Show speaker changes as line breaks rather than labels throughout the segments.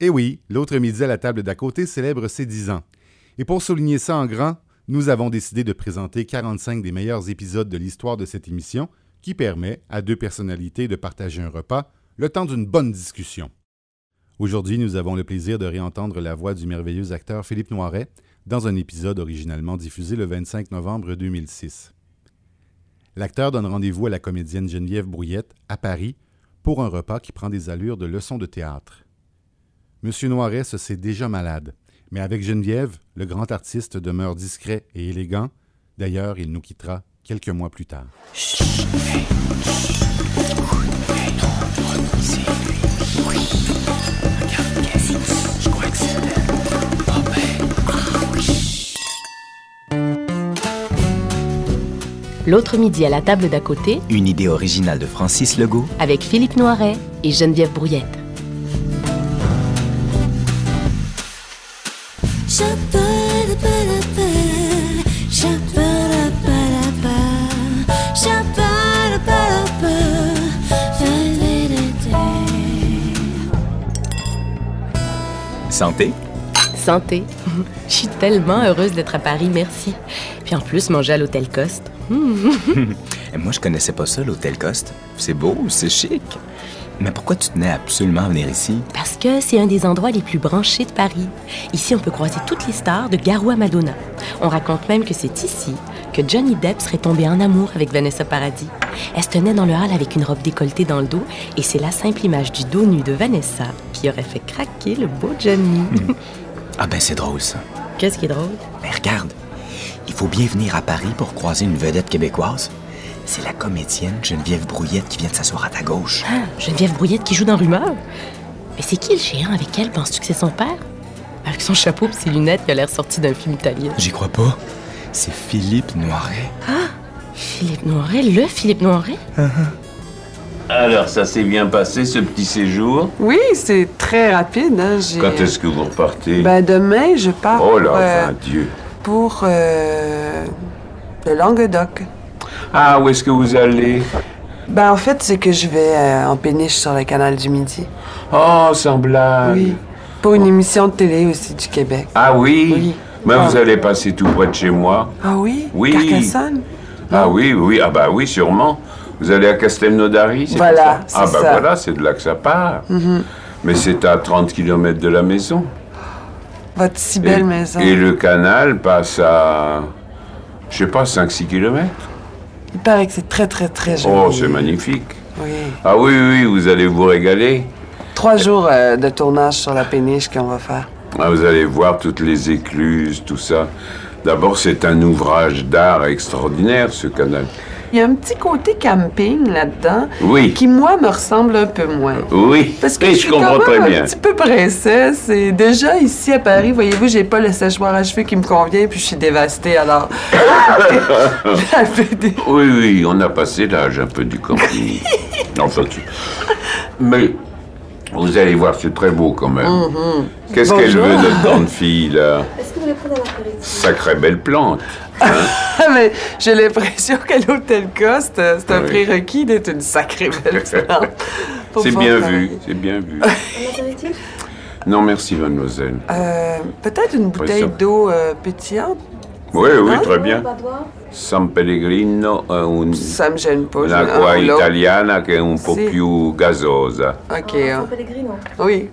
Eh oui, l'autre midi à la table d'à côté célèbre ses 10 ans. Et pour souligner ça en grand, nous avons décidé de présenter 45 des meilleurs épisodes de l'histoire de cette émission qui permet à deux personnalités de partager un repas le temps d'une bonne discussion. Aujourd'hui, nous avons le plaisir de réentendre la voix du merveilleux acteur Philippe Noiret dans un épisode originalement diffusé le 25 novembre 2006. L'acteur donne rendez-vous à la comédienne Geneviève Brouillette à Paris pour un repas qui prend des allures de leçons de théâtre. Monsieur Noiret se sait déjà malade, mais avec Geneviève, le grand artiste demeure discret et élégant. D'ailleurs, il nous quittera quelques mois plus tard.
L'autre midi à la table d'à côté
Une idée originale de Francis Legault.
avec Philippe Noiret et Geneviève Brouillette.
Sha-ba-da-ba-da-ba, sha-ba-da-ba-da-ba, sha-ba-da-ba-da-ba, da-da-da-da.
Santé.
Santé. Je suis tellement heureuse d'être à Paris, merci. Puis en plus, manger à l'hôtel Coste. Hum,
Et Moi, je connaissais pas ça, l'hôtel Coste. C'est beau, c'est chic. Mais pourquoi tu tenais absolument à venir ici?
Parce que c'est un des endroits les plus branchés de Paris. Ici, on peut croiser toutes les stars de Garou à Madonna. On raconte même que c'est ici que Johnny Depp serait tombé en amour avec Vanessa Paradis. Elle se tenait dans le hall avec une robe décolletée dans le dos et c'est la simple image du dos nu de Vanessa qui aurait fait craquer le beau Johnny.
Ah ben, c'est drôle, ça.
Qu'est-ce qui est drôle?
Mais regarde, il faut bien venir à Paris pour croiser une vedette québécoise. C'est la comédienne Geneviève Brouillette qui vient de s'asseoir à ta gauche.
Ah, Geneviève Brouillette qui joue dans Rumeur. Mais c'est qui le géant avec elle Penses-tu que c'est son père Avec son chapeau et ses lunettes, il a l'air sorti d'un film italien.
J'y crois pas. C'est Philippe Noiret.
Philippe Noiret, le Philippe Noiret
Alors, ça s'est bien passé ce petit séjour
Oui, c'est très rapide. Hein? j'ai-
Quand est-ce que vous repartez
Ben, demain, je pars
Oh là,
euh,
vain Dieu
pour euh, le Languedoc.
Ah, où est-ce que vous allez
Ben, en fait, c'est que je vais euh, en péniche sur le canal du Midi.
Oh, semblable
Oui. Pour une émission de télé aussi du Québec.
Ah oui
Oui.
Mais
Ah.
vous allez passer tout près de chez moi
Ah oui?
Oui.
Carcassonne?
Ah oui, oui, ah bah oui, sûrement. Vous allez à Castelnaudary, c'est
Voilà,
comme ça Ah
c'est
bah
ça. Mhm.
voilà, c'est de là que ça part. Mais c'est à 30 km de la maison.
Votre si belle
et,
maison.
Et le canal passe à, je sais pas, 5-6 km.
Il paraît que c'est très, très, très joli.
Oh, c'est magnifique.
Oui.
Ah oui, oui, vous allez vous régaler.
Trois jours euh, de tournage sur la péniche qu'on va faire.
Ah, vous allez voir toutes les écluses, tout ça. D'abord, c'est un ouvrage d'art extraordinaire, ce canal.
Il y a un petit côté camping là-dedans
Oui. Euh,
qui, moi, me ressemble un peu moins.
Oui,
Parce que
et
je,
je
suis
comprends
quand
très
même un
bien.
petit peu princesse et déjà ici à Paris, voyez-vous, j'ai pas le séchoir à cheveux qui me convient puis je suis dévastée alors. la BD.
Oui, oui, on a passé l'âge un peu du camping. enfin, tu... Mais vous allez voir, c'est très beau quand même. Qu'est-ce qu'elle
Mhm. Bonjour.
veut, notre grande fille, là Sacrée belle plante.
Mais j'ai l'impression qu'à l'hôtel Coste, euh, c'est un
Oui.
prérequis d'être une sacrée belle plante. pour
C'est
pouvoir
bien vu,
travailler.
c'est bien vu. Non, merci, mademoiselle.
Euh, Peut-être une bouteille
ça.
d'eau euh, pétillante,
Oui, oui,
bon?
très bien. San Pellegrino è un,
ça me gêne pas. je-
un'acqua
un ou l'autre.
italiana che è un po'
Sì.
più gasosa.
Ok. hein. Oui.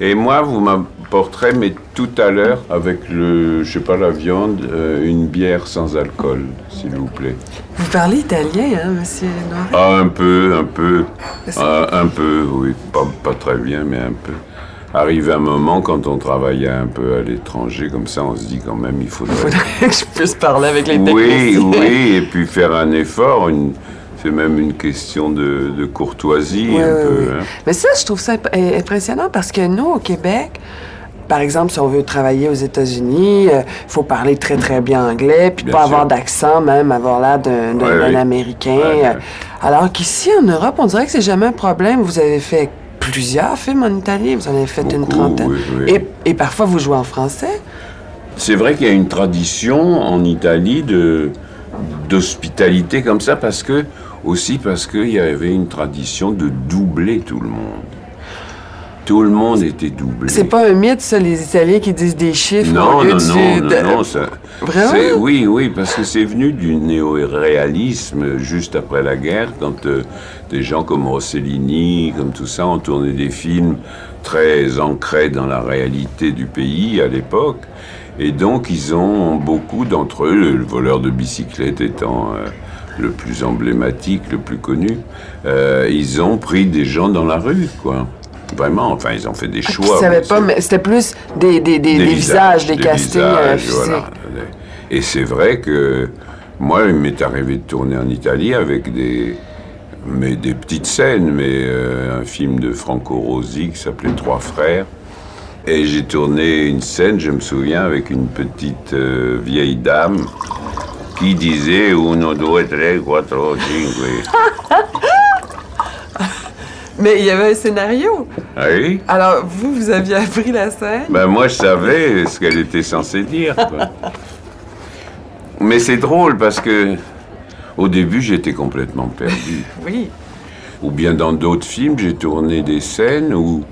Et moi, vous m'apporterez, mais tout à l'heure, avec le, je sais pas, la viande, euh, une bière sans alcool, s'il vous plaît.
Vous parlez italien, hein, monsieur Noir?
Ah, un peu, un peu,
Parce que-
Ah, un peu, oui, pas, pas très bien, mais un peu. Arrive un moment quand on travaillait un peu à l'étranger, comme ça, on se dit quand même, il faudrait
Faudrait que je puisse parler avec les
Ah. Oui,
techniciens.
oui, et puis faire un effort, une- c'est même une question de, de courtoisie
Oui,
un
oui,
peu.
oui.
hein.
Mais ça, je trouve ça imp- euh, impressionnant parce que nous, au Québec, par exemple, si on veut travailler aux États-Unis, il faut parler très, très bien anglais, puis
Bien
pas
sûr.
avoir d'accent, même avoir l'air d'un d'un-
Ouais,
d'un
oui.
Américain. euh.
Ouais, ouais.
Alors qu'ici, en Europe, on dirait que c'est jamais un problème. Vous avez fait plusieurs films en Italie, vous en avez fait une
Beaucoup,
trentaine.
oui, oui.
Et, et parfois, vous jouez en français.
C'est vrai qu'il y a une tradition en Italie de d'hospitalité comme ça parce que aussi parce qu'il y avait une tradition de doubler tout le monde. Tout le monde était doublé.
C'est pas un mythe, ça, les Italiens qui disent des chiffres euh,
Non,
au lieu
non,
du-
non,
de-
non, non, ça.
Vraiment?
c'est- Oui, oui, parce que c'est venu du néoréalisme juste après la guerre, quand euh, des gens comme Rossellini, comme tout ça, ont tourné des films très ancrés dans la réalité du pays à l'époque. Et donc, ils ont beaucoup d'entre eux, le voleur de bicyclette étant euh, le plus emblématique, le plus connu, euh, ils ont pris des gens dans la rue, quoi. Vraiment, enfin, ils ont fait des
Ah, Puis
choix.
Ils savaient
mais
pas,
c'est-
mais c'était plus des, des, des, des visages, des, castings euh,
visages,
physiques.
voilà. Et c'est vrai que moi, il m'est arrivé de tourner en Italie avec des, mais des petites scènes, mais euh, un film de Franco Rosi qui s'appelait Trois frères. Et j'ai tourné une scène, je me souviens, avec une petite euh, vieille dame qui disait Uno, due, tre, quattro, cinque.
Mais il y avait un scénario.
Ah oui
Alors, vous, vous aviez appris la scène.
Ben moi, je savais ce qu'elle était censée dire. quoi. Mais c'est drôle parce que au début, j'étais complètement perdu.
Oui.
Ou bien dans d'autres films, j'ai tourné des scènes où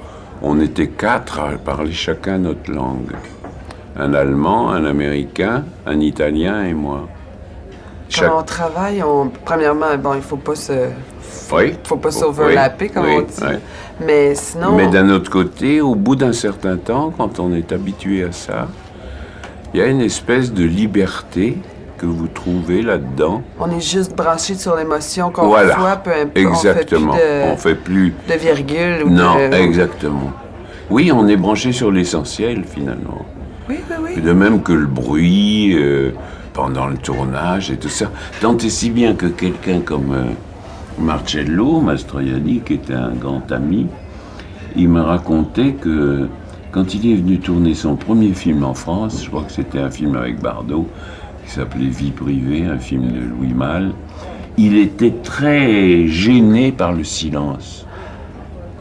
on était quatre à parler chacun notre langue. Un Allemand, un Américain, un Italien et moi. Chaque-
Quand on travaille, on... premièrement, bon, il faut pas se...
Oui.
faut pas
Oui,
s'overlapper, comme
oui,
on dit.
oui.
Mais sinon...
Mais d'un autre côté, au bout d'un certain temps, quand on est habitué à ça, il y a une espèce de liberté que vous trouvez là-dedans.
On est juste branché sur l'émotion qu'on
Voilà.
reçoit, peu importe.
Exactement.
On
On
fait
fait plus.
plus de, de virgule ou
Non,
de...
exactement. Oui, on est branché sur l'essentiel finalement.
Oui, oui, oui.
De même que le bruit euh, pendant le tournage et tout ça. Tant et si bien que quelqu'un comme euh, Marcello Mastroianni, qui était un grand ami, il m'a raconté que quand il est venu tourner son premier film en France, je crois que c'était un film avec Bardot, qui s'appelait Vie privée, un film de Louis Malle, il était très gêné par le silence.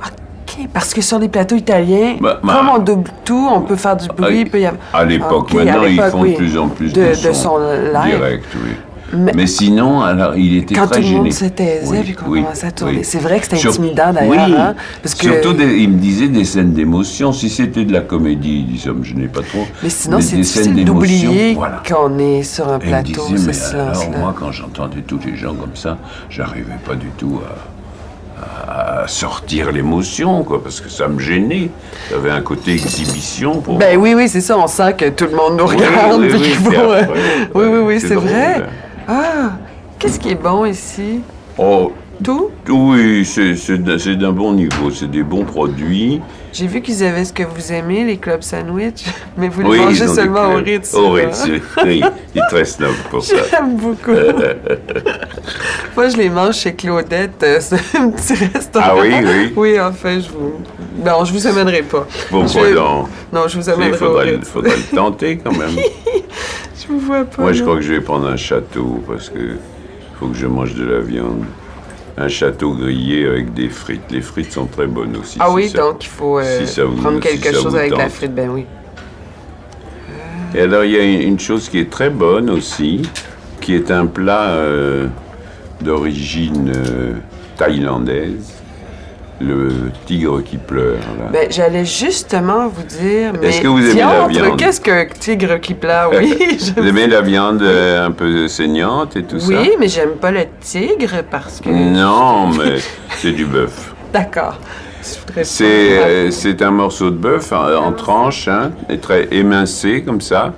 OK, parce que sur les plateaux italiens,
Bah, bah,
comme on double tout, on peut faire du bruit, il peut y avoir...
Ah À l'époque,
Ok, à
maintenant, ils
l'époque,
font
oui.
de plus en plus
de,
de,
de son live.
direct, oui.
Mais-
Mais, sinon, alors, il était
Quand
très
tout le monde
gêné.
se taisait,
Oui,
puis qu'on
oui,
commençait à tourner.
oui.
C'est vrai que c'était
Sur-
intimidant, d'ailleurs.
Oui,
hein, parce que...
surtout, des- il me disait des scènes d'émotion. Si c'était de la comédie, il disait, je n'ai pas trop.
Mais sinon,
des
c'est
scènes
difficile
d'émotion,
d'oublier
voilà.
qu'on est sur un
Et il me
plateau,
disait,
ce
mais alors,
silence-là.
moi, quand j'entendais tous les gens comme ça, j'arrivais pas du tout à- à, à sortir l'émotion, quoi, parce que ça me gênait. Ça avait un côté exhibition pour
Ben oui, oui, c'est ça, on sent que tout le monde nous
Oui,
regarde.
oui,
puis
oui,
qu'il
c'est
faut, euh,
affreux.
oui, oui, oui,
Ouais,
c'est,
c'est drôle,
vrai.
hein.
Ah, qu'est-ce qui est bon ici?
Oh,
Tout?
Oui, c'est- c'est d'un c'est d'un bon niveau, c'est des bons produits.
J'ai vu qu'ils avaient ce que vous aimez, les clubs sandwich, mais vous
oui,
les
ils
mangez
ont des
seulement au
crèmes.
Ritz.
Au
là.
Ritz, oui. Il est très snob pour ça.
J'aime beaucoup. Moi, je les mange chez Claudette, euh, c'est un petit restaurant.
Ah oui, oui.
Oui, enfin, je vous. Non, je vous amènerai pas.
Bon,
Je-
non.
Non, je vous
Il
amènerai au
faudra, le-
Ritz.
faudra le tenter quand même.
Je vous vois pas.
Moi, je
là.
crois que je vais prendre un château parce que faut que je mange de la viande. Un château grillé avec des frites. Les frites sont très bonnes aussi.
Ah
si
oui,
ça-
donc il faut euh,
si ça vous-
prendre
si
quelque
ça
chose
vous
avec la
tente.
frite, ben oui.
Et alors, il y a une chose qui est très bonne aussi, qui est un plat euh, d'origine euh, thaïlandaise, le tigre qui pleure. là.
Ben, j'allais justement vous dire, mais
Est-ce que vous aimez la
diantre,
viande?
Qu'est-ce qu'un tigre qui pleure? Oui, j'aime-
Vous aimez la viande euh, un peu saignante et tout ça
oui mais j'aime pas le tigre parce que...
Non, mais c'est du bœuf.
D'accord. Je voudrais pas-
C'est euh, c'est un morceau de bœuf en, en tranches, hein, et très émincé comme ça,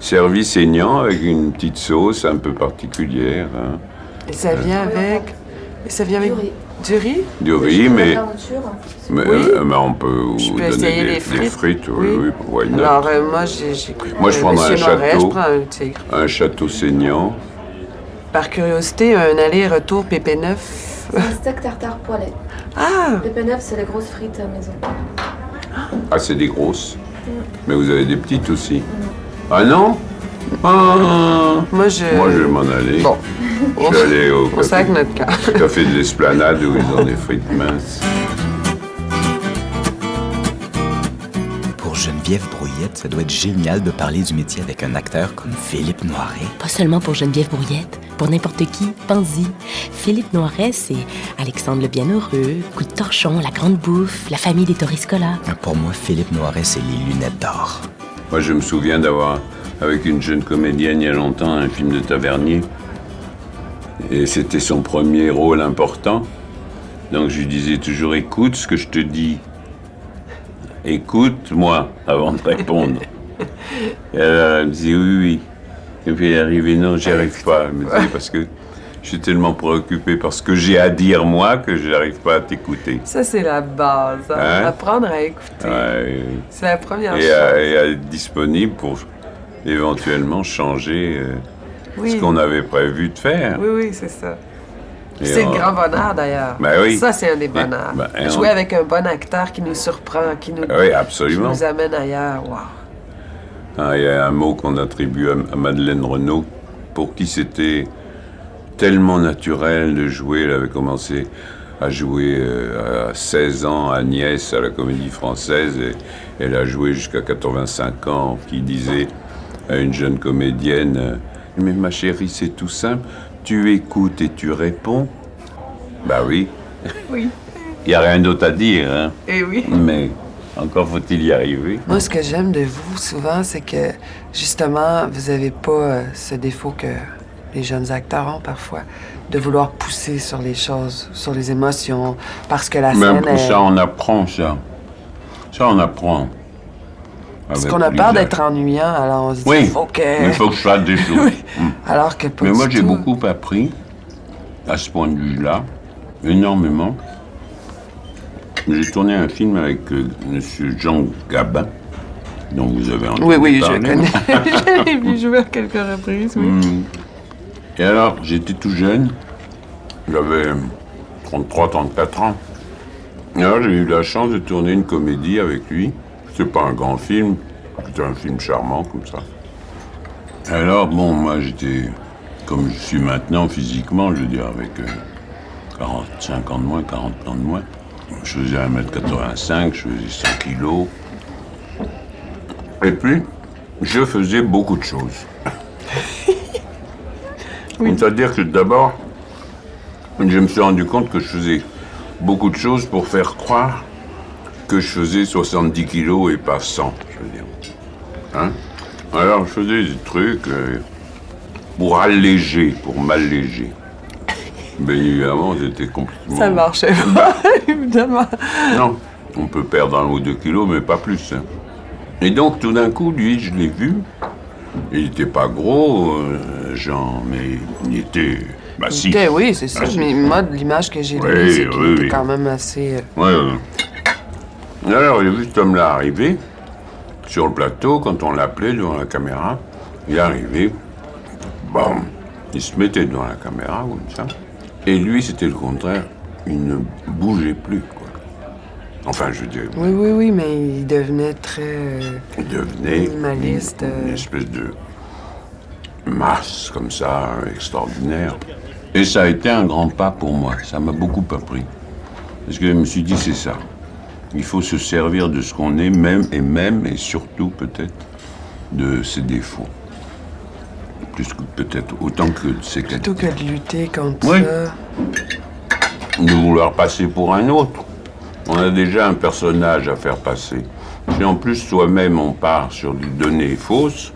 servi saignant avec une petite sauce un peu particulière. hein.
Et ça vient avec... Et ça vient avec...
Du riz.
Du riz?
Du riz, mais... Mais,
Oui.
euh, mais on peut
Je
vous
peux
donner
essayer
des,
les frites.
des frites, oui, oui, why not.
Alors, euh, moi, j'ai... j'ai-
Moi, je
euh,
prendrais un
Monsieur Moret,
château.
je prends un tigre.
Un château saignant.
Par curiosité, un aller-retour PP9.
Un steak tartare poêlé.
Ah!
Le P9, c'est les grosses frites à maison.
Ah, c'est des grosses. Mais vous avez des petites aussi. Ah non Ah.
Moi, je...
Moi, je vais m'en aller.
Bon.
Je vais aller au
On
café,
sac notre camp.
café de l'esplanade où ils ont des frites minces.
Pour Geneviève Brouillette, ça doit être génial de parler du métier avec un acteur comme Philippe Noiret.
Pas seulement pour Geneviève Brouillette, pour n'importe qui, pense-y. Philippe Noiret, c'est Alexandre le Bienheureux, Coup de Torchon, La Grande Bouffe, La Famille des Torrescola.
Pour moi, Philippe Noiret, c'est les lunettes d'or.
Moi, je me souviens d'avoir, avec une jeune comédienne il y a longtemps, un film de Tavernier. Et c'était son premier rôle important. Donc je lui disais toujours écoute ce que je te dis. Écoute-moi avant de répondre. Et alors, elle me dit oui, oui. Et puis elle est arrivée, non, j'y arrive pas. Elle me dit parce que je suis tellement préoccupé par ce que j'ai à dire moi que je n'arrive pas à t'écouter.
Ça, c'est la base. hein.
Hein?
Apprendre à écouter.
Ouais, et-
C'est la première
et euh,
chose.
à, et à être disponible pour éventuellement changer euh, ce
oui.
qu'on avait prévu de faire.
oui, oui, c'est ça.
Et
C'est
on-
le grand bonheur, d'ailleurs.
Ben oui.
Ça, c'est un des bonheurs.
Ben, ben,
Jouer
on- Ben
avec un bon acteur qui nous surprend, qui nous,
Ah Oui,
qui
absolument.
nous amène ailleurs. Wow.
Ah, Il y a un mot qu'on attribue à, à Madeleine Renaud, pour qui c'était tellement naturel de jouer. Elle avait commencé à jouer euh, à 16 ans à Nice, à la Comédie Française, et elle a joué jusqu'à 85 ans, qui disait à une jeune comédienne, euh, mais ma chérie, c'est tout simple, tu écoutes et tu réponds. Bah oui,
Oui.
il n'y a rien d'autre à dire, hein,
Et Eh oui.
mais encore faut-il y arriver.
Moi, ce que j'aime de vous, souvent, c'est que, justement, vous avez pas euh, ce défaut que les jeunes acteurs ont parfois, de vouloir pousser sur les choses, sur les émotions, parce que la
Même
scène
pour
est...
ça, on apprend ça. Ça, on apprend.
Parce
Avec
qu'on a peur
plusieurs-
d'être ennuyant, alors on se dit,
Oui,
faut
mais
que...
il faut que je fasse des choses. Mm.
Alors que pas
Mais
du
moi, j'ai
tout.
beaucoup appris à ce point de vue-là, énormément. J'ai tourné un film avec euh, Monsieur M. Jean Gabin, dont vous avez entendu
Oui, oui, je
parler.
le connais. J'avais vu jouer à quelques reprises, oui.
Et alors, j'étais tout jeune. J'avais 33, 34 ans. Et alors, j'ai eu la chance de tourner une comédie avec lui. C'était pas un grand film, c'était un film charmant comme ça. Alors, bon, moi, j'étais comme je suis maintenant physiquement, je veux dire, avec euh, 45 ans de moins, 40 ans de moins. Je faisais 1m85, je faisais 100 kilos. Et puis, je faisais beaucoup de choses. C'est-à-dire que d'abord, je me suis rendu compte que je faisais beaucoup de choses pour faire croire que je faisais 70 kilos et pas 100, je veux dire. Hein Alors, je faisais des trucs euh, pour alléger, pour m'alléger. Mais évidemment, j'étais complètement...
Ça marchait pas,
Ah,
évidemment.
Non, on peut perdre un ou deux kilos, mais pas plus. hein. Et donc, tout d'un coup, lui, je l'ai vu. Il n'était pas gros, euh, Jean, mais il était bah, massif.
Ok, oui, c'est ça.
Ah, si.
mais moi, de l'image que j'ai de
Oui,
lui, c'est qu'il
oui,
était
oui.
quand même assez. euh,
Ouais, ouais. Alors, j'ai vu cet homme-là arriver sur le plateau quand on l'appelait devant la caméra. Il arrivait, bam, il se mettait devant la caméra comme ça. Et lui, c'était le contraire. Il ne bougeait plus, quoi. Enfin, je veux dire,
Oui, oui, oui, mais il devenait très. euh,
il devenait
Minimaliste,
une- une
euh.
espèce de masse comme ça, euh, extraordinaire. Et ça a été un grand pas pour moi. Ça m'a beaucoup appris. Parce que je me suis dit, c'est ça. Il faut se servir de ce qu'on est, même et même, et surtout peut-être, de ses défauts. Plus que peut-être autant que de ses qualités.
Plutôt que de lutter contre
Oui.
ça.
De vouloir passer pour un autre. On a déjà un personnage à faire passer. Si en plus soi-même on part sur des données fausses,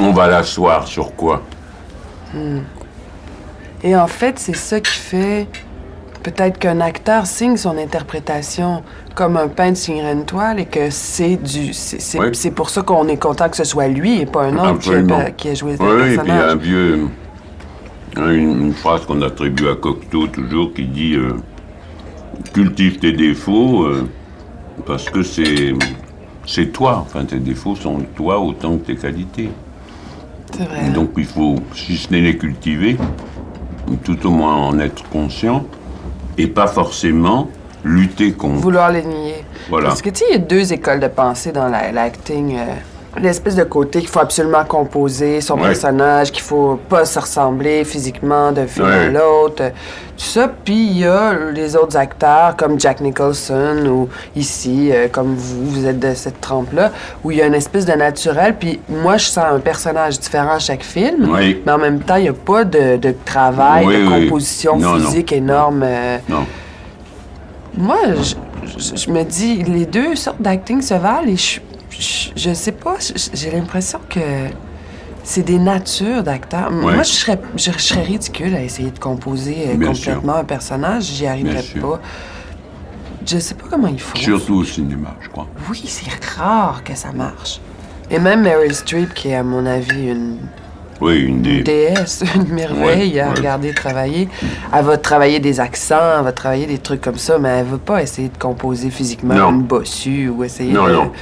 on va l'asseoir sur quoi
Et en fait, c'est ça qui fait. Peut-être qu'un acteur signe son interprétation comme un peintre signerait une toile et que c'est du. C'est c'est-
Oui.
c'est pour ça qu'on est content que ce soit lui et pas un autre qui a, qui a joué le
Oui, et puis il y a un
personnage.
vieux. hein, Une, une phrase qu'on attribue à Cocteau toujours qui dit euh, Cultive tes défauts euh, parce que c'est. C'est toi, enfin tes défauts sont toi autant que tes qualités.
C'est vrai.
Donc il faut, si ce n'est les cultiver, tout au moins en être conscient, et pas forcément lutter contre.
Vouloir les nier.
Mm. Voilà.
Parce que, tu sais, il y a deux écoles de pensée dans la- l'acting euh, l'espèce de côté qu'il faut absolument composer son
Ouais.
personnage, qu'il faut pas se ressembler physiquement d'un film à
Ouais.
l'autre, euh, tout ça. Puis il y a les autres acteurs comme Jack Nicholson ou ici, euh, comme vous, vous êtes de cette trempe-là, où il y a une espèce de naturel. Puis moi, je sens un personnage différent à chaque film,
Oui.
mais en même temps, il n'y a pas de, de travail,
Oui,
de
oui.
composition
Non, non.
physique énorme. euh,
Non.
moi, je, je- je me dis, les deux sortes d'acting se valent et je, je, je sais pas, je- j'ai l'impression que c'est des natures d'acteurs. M-
Ouais.
Moi, je serais, je, je serais ridicule à essayer de composer euh,
Bien sûr.
complètement un personnage, j'y arriverais
sûr.
pas. Je sais pas comment il faut.
Surtout au cinéma, je crois.
Oui, c'est rare que ça marche. Et même Meryl Streep, qui est à mon avis une
Oui, une des.
déesse, une merveille
Ouais,
à
ouais.
regarder travailler. Elle va travailler des accents, elle va travailler des trucs comme ça, mais elle va pas essayer de composer physiquement
Non.
une bossue ou essayer
Non,
de...
non.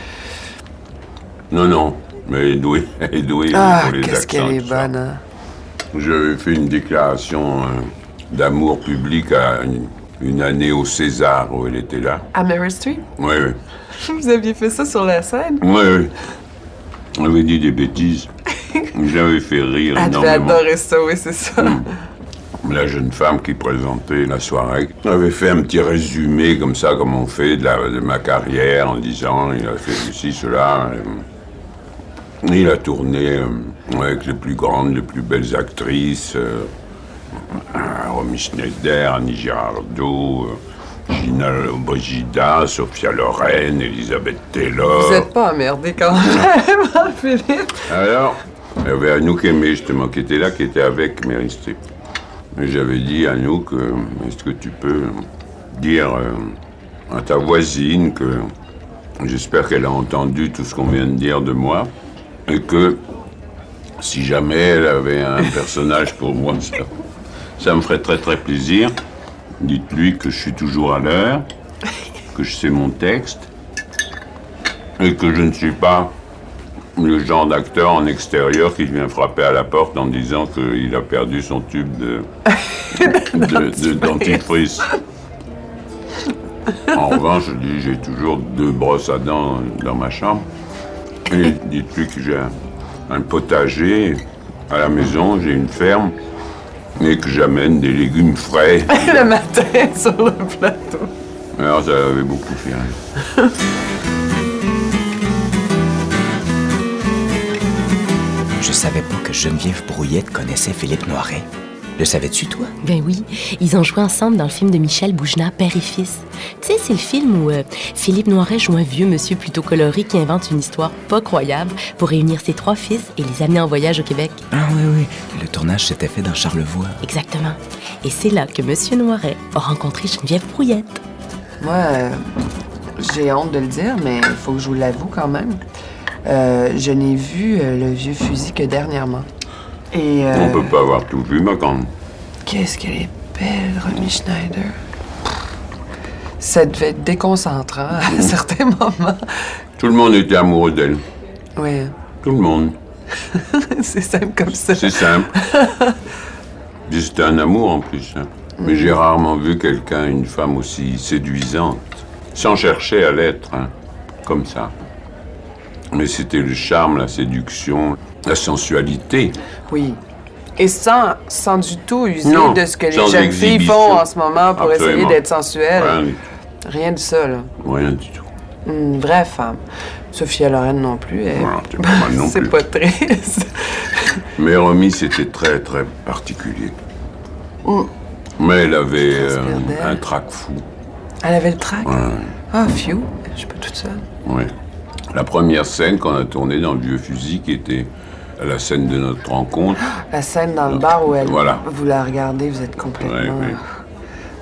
Non, non. Mais elle est douée. Elle est douée
Ah,
pour les
qu'est-ce
accents,
qu'elle est
tout ça.
bonne, hein.
J'avais fait une déclaration euh, d'amour public à une, une année au César où elle était là.
À Meryl Streep,
Oui, oui.
vous aviez fait ça sur la scène?
Oui, oui. Elle avait dit des bêtises. J'avais fait rire
Elle devait
énormément. Bah.
adorer ça, oui, c'est ça.
La jeune femme qui présentait la soirée avait fait un petit résumé comme ça, comme on fait de, la- de ma carrière, en disant il a fait ceci, cela. euh, Il a tourné euh, avec les plus grandes, les plus belles actrices, euh, euh, Romy Schneider, Annie Girardot, euh, Gina Brigida, Sophia Loren, Elisabeth Taylor.
Vous êtes pas emmerdé quand même, hein, Philippe?
Alors, il y avait Anouk Aimé, justement, qui était là, qui était avec Meryl Streep. Et j'avais dit, Anouk, euh, est-ce que tu peux dire euh, à ta voisine que j'espère qu'elle a entendu tout ce qu'on vient de dire de moi et que si jamais elle avait un personnage pour moi, ça, ça me ferait très très plaisir. Dites-lui que je suis toujours à l'heure, que je sais mon texte et que je ne suis pas le genre d'acteur en extérieur qui vient frapper à la porte en disant qu'il a perdu son tube de, de- de dentifrice. En revanche, je dis, j'ai toujours deux brosses à dents dans ma chambre. Et dites-lui que j'ai un, un potager à la maison, j'ai une ferme, et que j'amène des légumes frais.
Le matin, sur le plateau.
Alors, ça avait beaucoup fait rire.
Je savais pas que Geneviève Brouillette connaissait Philippe Noiret. Le savais-tu, toi?
Ben oui, ils ont joué ensemble dans le film de Michel Bougenat, Père et fils. Tu sais, c'est le film où euh, Philippe Noiret joue un vieux monsieur plutôt coloré qui invente une histoire pas croyable pour réunir ses trois fils et les amener en voyage au Québec.
Ah oui, oui. Le tournage s'était fait dans Charlevoix.
Exactement. Et c'est là que Monsieur Noiret a rencontré Geneviève Brouillette.
Moi, euh, j'ai honte de le dire, mais il faut que je vous l'avoue quand même. Euh, je n'ai vu euh, le vieux fusil que dernièrement. Et euh,
On peut pas avoir tout vu, mais quand...
qu'est-ce qu'elle est belle, Romy Schneider. Ça devait être déconcentrant à certains moments.
Tout le monde était amoureux d'elle.
Oui, hein.
Tout le monde.
c'est simple comme ça.
C'est simple. Puis C'était un amour en plus. hein. Mais j'ai rarement vu quelqu'un, une femme aussi séduisante, sans chercher à l'être, hein, comme ça. Mais c'était le charme, la séduction, la sensualité.
Oui. Et sans, sans du tout user
Non,
de ce que les
sans
jeunes filles
exhibition.
font en ce moment pour
Absolument.
essayer d'être sensuelles.
Rien, du-
Rien de ça, là.
Hein, rien du tout.
Une vraie femme. Sophia Loren non plus. elle-
Voilà, c'est pas mal non
C'est
plus.
pas triste.
Mais Romy, c'était très, très particulier. Mais elle avait
Je transpire
euh,
d'elle.
un trac fou.
Elle avait le trac.
Ouais.
Ah, Fiu, je suis pas toute seule.
Ouais. La première scène qu'on a tournée dans le vieux fusil, qui était la scène de notre rencontre,
La scène dans le bar où elle.
Voilà.
Vous la regardez, vous êtes complètement.
Ouais, ouais.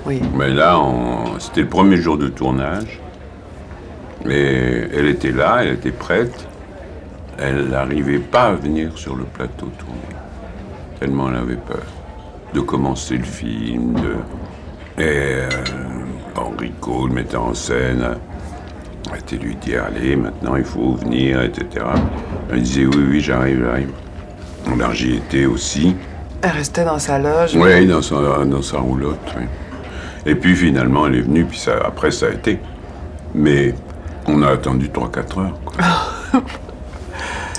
Oui.
Mais là, on- c'était le premier jour de tournage. Et elle était là, elle était prête. Elle n'arrivait pas à venir sur le plateau tourner. Tellement elle avait peur de commencer le film, de... Et euh, Enrico, le metteur en scène, a été lui dire, allez, maintenant il faut venir, etc. Elle disait, oui, oui, j'arrive, j'arrive. Alors j'y étais aussi.
Elle restait dans sa loge.
Oui, dans sa, dans sa roulotte. oui. Et puis finalement, elle est venue, puis ça, après, ça a été. Mais on a attendu 3-4 heures. quoi.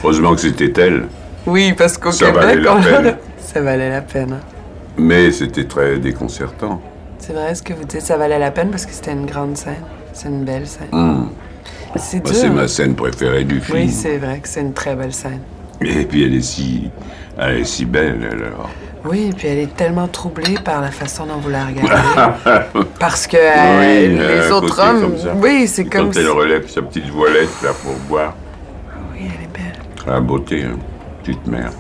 Heureusement que c'était elle.
Oui, parce qu'au
Ça
Québec,
valait la
on
peine.
ça valait la peine. hein.
Mais c'était très déconcertant.
C'est vrai ce que vous dites, ça valait la peine parce que c'était une grande scène. C'est une belle scène.
Hmm.
C'est
Moi,
dur.
c'est ma scène préférée du film.
Oui, c'est vrai que c'est une très belle scène.
Et puis elle est si, elle est si belle alors.
Oui, et puis elle est tellement troublée par la façon dont vous la regardez. parce que euh,
Oui, euh,
les
à
autres
côté,
hommes.
comme ça.
oui, c'est comme
Quand elle relève sa petite voilette là pour boire,
Oui, elle est belle.
la beauté, hein. petite mère.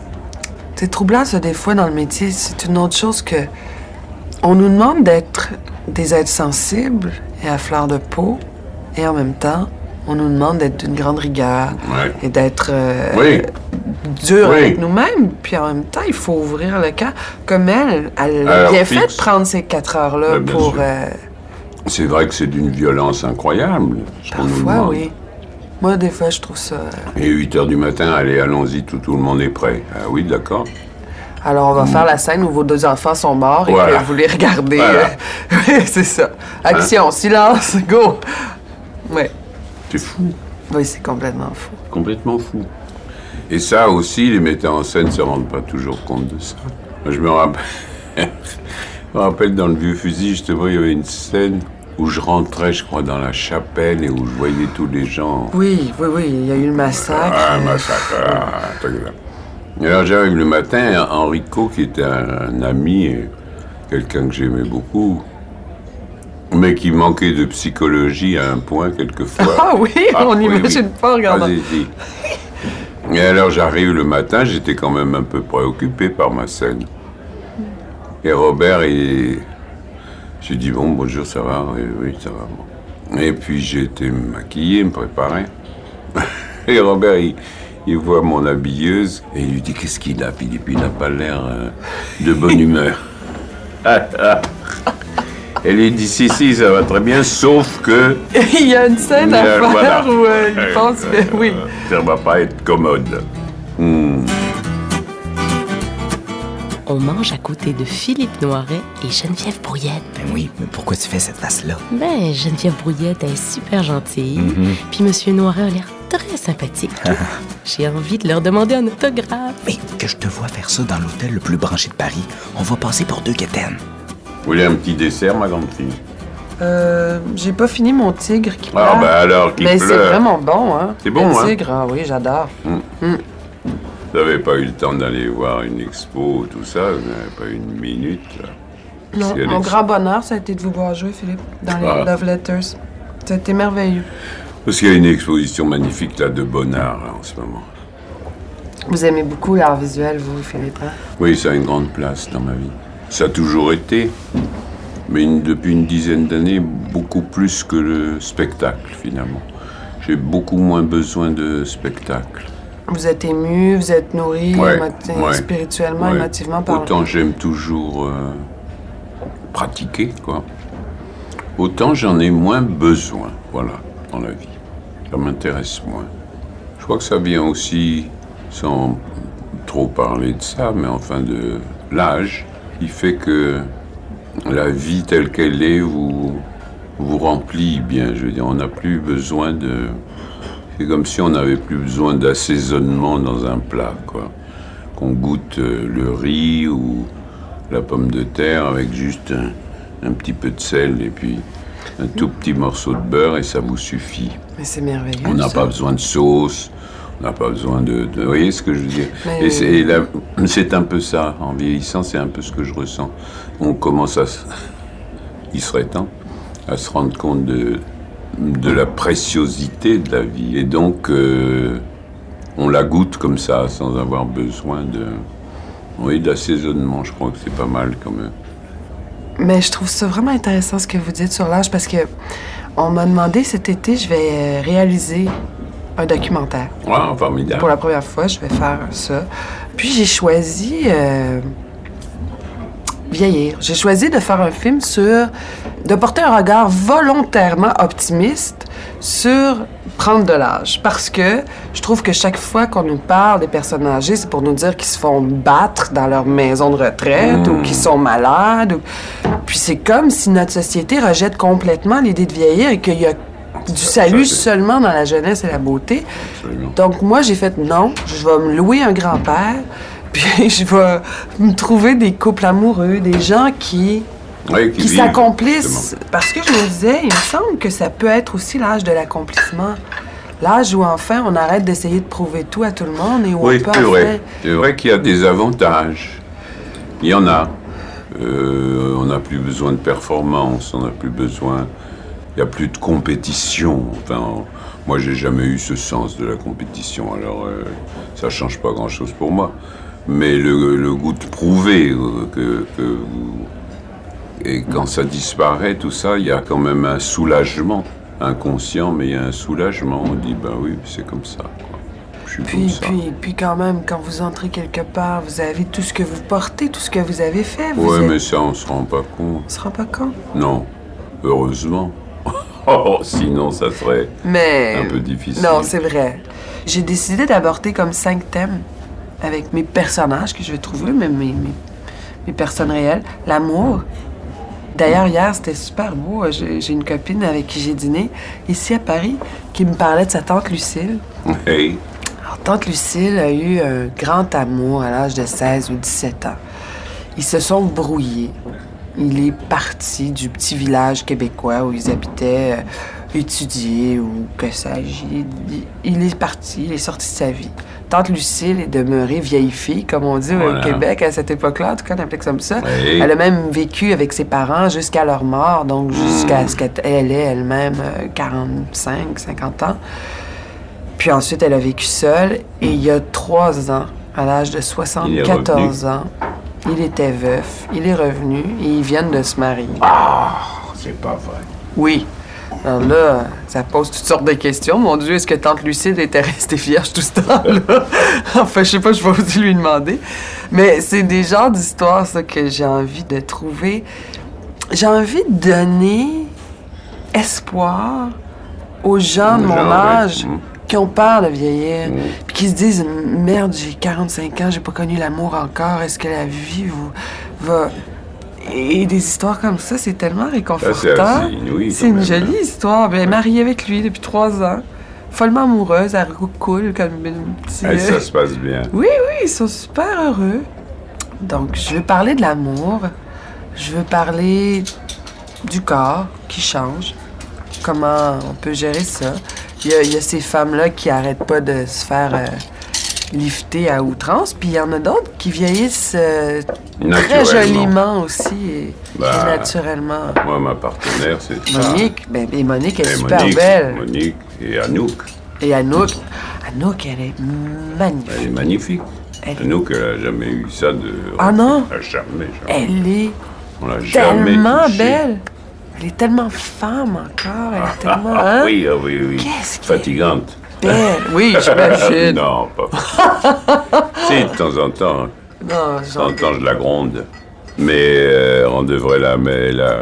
C'est troublant, ça, des fois, dans le métier. C'est une autre chose que. On nous demande d'être des êtres sensibles et à fleur de peau, et en même temps, on nous demande d'être d'une grande rigueur
Ouais.
et d'être euh,
Oui.
dur
Oui.
avec nous-mêmes. Puis en même temps, il faut ouvrir le camp. Comme elle, elle a
Alors,
bien
fixe.
fait de prendre ces quatre
Ouais,
heures-là
bien
pour.
sûr.
euh,
C'est vrai que c'est d'une violence incroyable. ce qu'on nous
parfois,
demande.
oui. Moi, des fois, je trouve ça. euh,
Et 8 heures du matin, allez, allons-y, tout, tout le monde est prêt. Ah oui, d'accord.
Alors, on va faire la scène où vos deux enfants sont morts et
Mm. Voilà.
que vous les regardez.
Voilà. Hein?
euh, oui, c'est ça. Action, silence, go! Oui,
C'est fou,
oui c'est complètement fou.
complètement fou. Et ça aussi, les metteurs en scène ne se rendent pas toujours compte de ça. Moi, Je me rappelle, je me rappelle dans le vieux fusil, justement, il y avait une scène où je rentrais, je crois, dans la chapelle et où je voyais tous les gens.
Oui, oui, oui, il y a eu le massacre.
Ah,
euh,
massacre, ah, un truc là. Et Alors j'arrive le matin, Enrico, qui était un, un ami, et quelqu'un que j'aimais beaucoup, mais qui manquait de psychologie à un point quelquefois.
Ah oui, on
oui,
n'imagine
oui.
pas, regarde.
Vas-y, dis. Et alors j'arrive le matin, j'étais quand même un peu préoccupé par ma scène. Et Robert, il... j'ai dit bon, bonjour, ça va Oui, oui, ça va. bon. Et puis j'ai été me maquiller, me préparer. Et Robert, il, il voit mon habilleuse et il lui dit Qu'est-ce qu'il a, Philippe Il n'a pas l'air euh, de bonne humeur. Elle lui dit Si, si, ça va très bien, sauf que.
il y a une scène à
Euh,
faire
voilà.
où euh, il
Euh,
pense
euh,
que oui.
Ça va pas être commode. Hmm.
On mange à côté de Philippe Noiret et Geneviève Brouillette.
Ben oui, mais pourquoi tu fais cette face-là?
Ben, Geneviève Brouillette est super gentille, puis Monsieur Noiret a l'air très sympathique. J'ai envie de leur demander un autographe.
Mais que je te vois faire ça dans l'hôtel le plus branché de Paris, on va passer pour deux quétaines.
Vous voulez un petit dessert, ma grande fille
Euh, J'ai pas fini mon tigre qui
Ah,
pleure.
bah alors, qui
Mais c'est
pleure
vraiment bon, hein.
C'est bon,
le
hein.
tigre, ah oui, j'adore.
Vous n'avez pas eu le temps d'aller voir une expo, tout ça Vous n'avez pas eu une minute là.
Non,
Parce qu'il y a
mon
des-
grand bonheur, ça a été de vous voir jouer, Philippe, dans les
Ah.
Love Letters. C'était merveilleux.
Parce qu'il y a une exposition magnifique là de Bonnard là, en ce moment.
Vous aimez beaucoup l'art visuel, vous, Philippe. hein?
Oui, ça a une grande place dans ma vie. Ça a toujours été, mais une- depuis une dizaine d'années, beaucoup plus que le spectacle finalement. J'ai beaucoup moins besoin de spectacle.
Vous êtes ému, vous êtes nourri
Ouais,
émoti-
ouais,
spirituellement,
Ouais.
émotivement parlant.
Autant j'aime toujours euh, pratiquer, quoi. Autant j'en ai moins besoin, voilà, dans la vie. Ça m'intéresse moins. Je crois que ça vient aussi, sans trop parler de ça, mais enfin de l'âge, qui fait que la vie telle qu'elle est vous, vous remplit bien. Je veux dire, on n'a plus besoin de... C'est comme si on n'avait plus besoin d'assaisonnement dans un plat, quoi qu'on goûte euh, le riz ou la pomme de terre avec juste un, un petit peu de sel et puis un tout petit morceau de beurre et ça vous suffit.
Mais c'est merveilleux.
On n'a
ça.
pas besoin de sauce, on n'a pas besoin de, de- Vous voyez ce que je veux dire
Mais-
Et c'est et là, c'est un peu ça, en vieillissant, c'est un peu ce que je ressens. On commence à... se- Il serait temps à se rendre compte de, de la préciosité de la vie. Et donc, euh, on la goûte comme ça, sans avoir besoin de... Oui, d'assaisonnement, je crois que c'est pas mal quand même.
Mais je trouve ça vraiment intéressant ce que vous dites sur l'âge parce que on m'a demandé cet été, je vais euh, réaliser un documentaire.
Waouh, euh, formidable.
Pour la première fois, je vais faire ça. Puis j'ai choisi euh, vieillir. J'ai choisi de faire un film sur. de porter un regard volontairement optimiste sur prendre de l'âge. Parce que je trouve que chaque fois qu'on nous parle des personnes âgées, c'est pour nous dire qu'ils se font battre dans leur maison de retraite ou qu'ils sont malades. ou- Puis c'est comme si notre société rejette complètement l'idée de vieillir et qu'il y a du salut
ça, c'est-
seulement dans la jeunesse et la beauté.
Absolument.
Donc moi, j'ai fait non, je vais me louer un grand-père, puis je vais me trouver des couples amoureux, des gens qui,
Ouais,
qui
vivent,
s'accomplissent.
justement.
Parce que je me disais, il me semble que ça peut être aussi l'âge de l'accomplissement. L'âge où enfin on arrête d'essayer de prouver tout à tout le monde et où
Oui,
on peut
c'est
enfin-
vrai. C'est vrai qu'il y a des avantages. Il y en a. Euh, on n'a plus besoin de performance, on n'a plus besoin. Il n'y a plus de compétition. Enfin, on- moi, j'ai jamais eu ce sens de la compétition, alors euh, ça change pas grand-chose pour moi. Mais le, le goût de prouver euh, que, que vous- Et quand ça disparaît, tout ça, il y a quand même un soulagement. Inconscient, mais il y a un soulagement. On dit, ben oui, c'est comme ça. quoi. Je suis comme
Puis,
ça.
puis, puis quand même, quand vous entrez quelque part, vous avez tout ce que vous portez, tout ce que vous avez fait. Vous
Ouais,
êtes-
mais ça, on se rend pas compte.
On se rend pas compte.
Non, heureusement. Oh, sinon, ça serait
Mais...
un peu difficile.
Non, c'est vrai. J'ai décidé d'aborder comme cinq thèmes avec mes personnages que je vais trouver, mais mes, mes, mes personnes réelles. L'amour. D'ailleurs, hier, c'était super beau. J'ai j'ai une copine avec qui j'ai dîné ici à Paris qui me parlait de sa tante Lucille.
Hey,
Alors, tante Lucille a eu un grand amour à l'âge de 16 ou 17 ans. Ils se sont brouillés. Il est parti du petit village québécois où ils habitaient, euh, étudier ou que sais-je. Il- Il est parti, il est sorti de sa vie. Tante Lucille est demeurée vieille fille, comme on dit
Voilà.
au Québec à cette époque-là, en tout cas, on appelait ça comme ça.
Ouais.
Elle a même vécu avec ses parents jusqu'à leur mort, donc jusqu'à
Hmm.
ce qu'elle ait elle-même euh, 45, 50 ans. Puis ensuite, elle a vécu seule. Et il y a trois ans, à l'âge de 74 ans, il était veuf, il est revenu et ils viennent de se marier.
Ah, c'est pas vrai.
Oui. Alors là, ça pose toutes sortes de questions. Mon Dieu, est-ce que Tante Lucille était restée vierge tout ce temps-là? enfin, je sais pas, je vais aussi lui demander. Mais c'est des genres d'histoires, ça, que j'ai envie de trouver. J'ai envie de donner espoir aux gens de
Aux
mon
gens, oui.
âge
Mm.
qui ont peur de vieillir,
Mm.
puis qui se disent Merde, j'ai 45 ans, j'ai pas connu l'amour encore, est-ce que la vie vous- va. Et des histoires comme ça, c'est tellement
Ça, Ah, c'est
réconfortant.
assez inouï. quand
C'est une
même, hein.
jolie histoire. Ben, elle est mariée avec lui depuis trois ans. Follement amoureuse, elle coule comme une petite.
Hey, Eh, ça se passe bien.
Oui, oui, ils sont super heureux. Donc, je veux parler de l'amour. Je veux parler du corps qui change. Comment on peut gérer ça. Il y a, il y a ces femmes-là qui arrêtent pas de se faire euh, lifter à outrance. Puis il y en a d'autres qui vieillissent euh, très
Naturellement.
joliment aussi et,
Bah.
et naturellement.
Moi, ma partenaire, c'est ça.
Monique, ben, ben, Monique est
Et
super
Monique,
belle.
Monique et Anouk.
Et Anouk, Anouk, elle est magnifique.
Elle est magnifique.
Elle-
Anouk, elle a jamais eu ça de.
Ah non?
Elle a Jamais, jamais.
Elle est
On l'a jamais.
tellement
touchée.
belle. Elle est tellement femme encore. Elle est
Ah,
tellement
ah,
hein,
oui, ah oui, oui.
Qu'est-ce qu'elle-
Fatigante.
belle. Oui, j'imagine. non,
non, pas. si, de temps en temps. De temps en
j'en-
temps, je la gronde. Mais euh, on devrait la, mais la,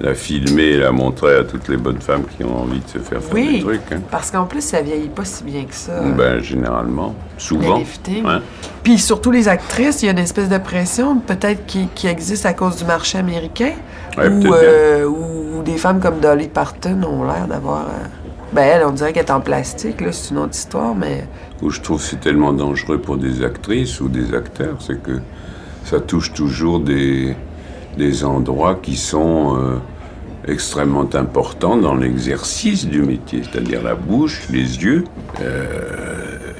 la filmer, la montrer à toutes les bonnes femmes qui ont envie de se faire faire des
oui,
trucs. hein.
parce qu'en plus, ça vieillit pas si bien que ça.
Ben, généralement,
les
souvent.
liftings.
hein.
Puis surtout les actrices, il y a une espèce de pression peut-être qui, qui existe à cause du marché américain.
Ouais, peut-être
où,
bien.
euh, où des femmes comme Dolly Parton ont l'air d'avoir. euh, Ben elle, on dirait qu'elle est en plastique, là, c'est une autre histoire, mais.
Où je trouve que c'est tellement dangereux pour des actrices ou des acteurs, c'est que ça touche toujours des, des endroits qui sont euh, extrêmement importants dans l'exercice du métier, c'est-à-dire la bouche, les yeux. Euh,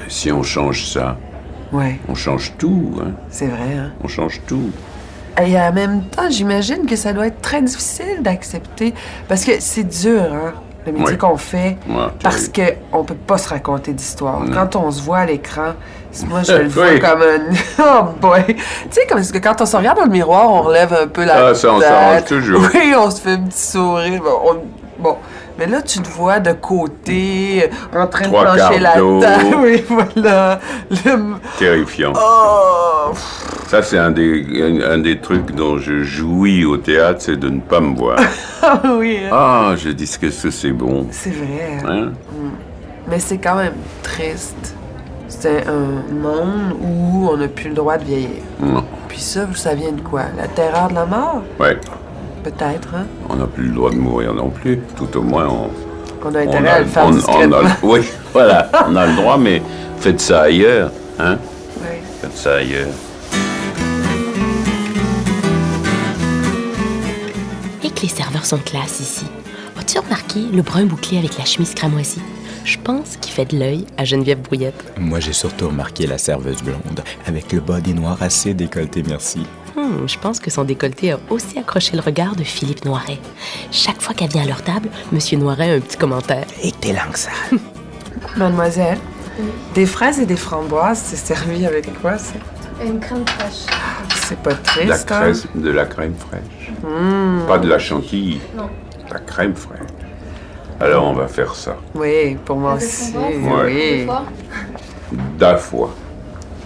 si on change ça,
Ouais,
on change tout, hein.
c'est vrai, hein.
on change tout.
Et en même temps, j'imagine que ça doit être très difficile d'accepter. Parce que c'est dur, hein, le métier
Ouais.
qu'on fait.
Ouais,
parce
tu-
qu'on peut pas se raconter d'histoire. Quand on se voit à l'écran, c'est- moi, je le
Oui.
vois comme un. Oh boy! Tu sais, comme que quand on se regarde dans le miroir, on relève un peu la.
Ah, ça, on
tête.
s'arrange toujours.
Oui, on se fait un petit sourire. Bon, on- bon. Mais là, tu te vois de côté, en train
Trois
de plancher la
quarts d'eau.
table. Oui, voilà. Le-
Terrifiant.
Oh!
Ça, c'est un des, un, un des trucs dont je jouis au théâtre, c'est de ne pas me voir.
oui, hein.
Ah, je dis ce que ce- c'est bon.
c'est vrai. hein.
Hein?
Mais c'est quand même triste. C'est un monde où on n'a plus le droit de vieillir.
Non.
Puis ça, ça vient de quoi? La terreur de la mort?
Ouais.
Peut-être, hein?
On n'a plus le droit de mourir non plus. Tout au moins, on,
On a intérêt
On a
à le
le-
faire
on- on a
discrètement.
le- oui, voilà, on a le droit, mais faites ça ailleurs, hein
Oui.
Faites ça ailleurs.
Et que les serveurs sont classe ici. As-tu remarqué le brun bouclé avec la chemise cramoisie? Je pense qu'il fait de l'œil à Geneviève Brouillette.
Moi, j'ai surtout remarqué la serveuse blonde, avec le bas des noirs assez décolleté, merci.
Hum, je pense que son décolleté a aussi accroché le regard de Philippe Noiret. Chaque fois qu'elle vient à leur table, Monsieur Noiret a un petit commentaire.
Et t'es langue sale.
Mademoiselle, des fraises et des framboises, c'est servi avec quoi, ça?
Et une crème fraîche.
C'est pas
De la,
triste, hein?
crème, de la crème fraîche.
Hmm.
Pas de la chantilly.
Non.
De la crème fraîche. Alors on va faire ça.
Oui, pour moi
Avec
aussi,
framboise,
oui.
Des fois,
D'un fois.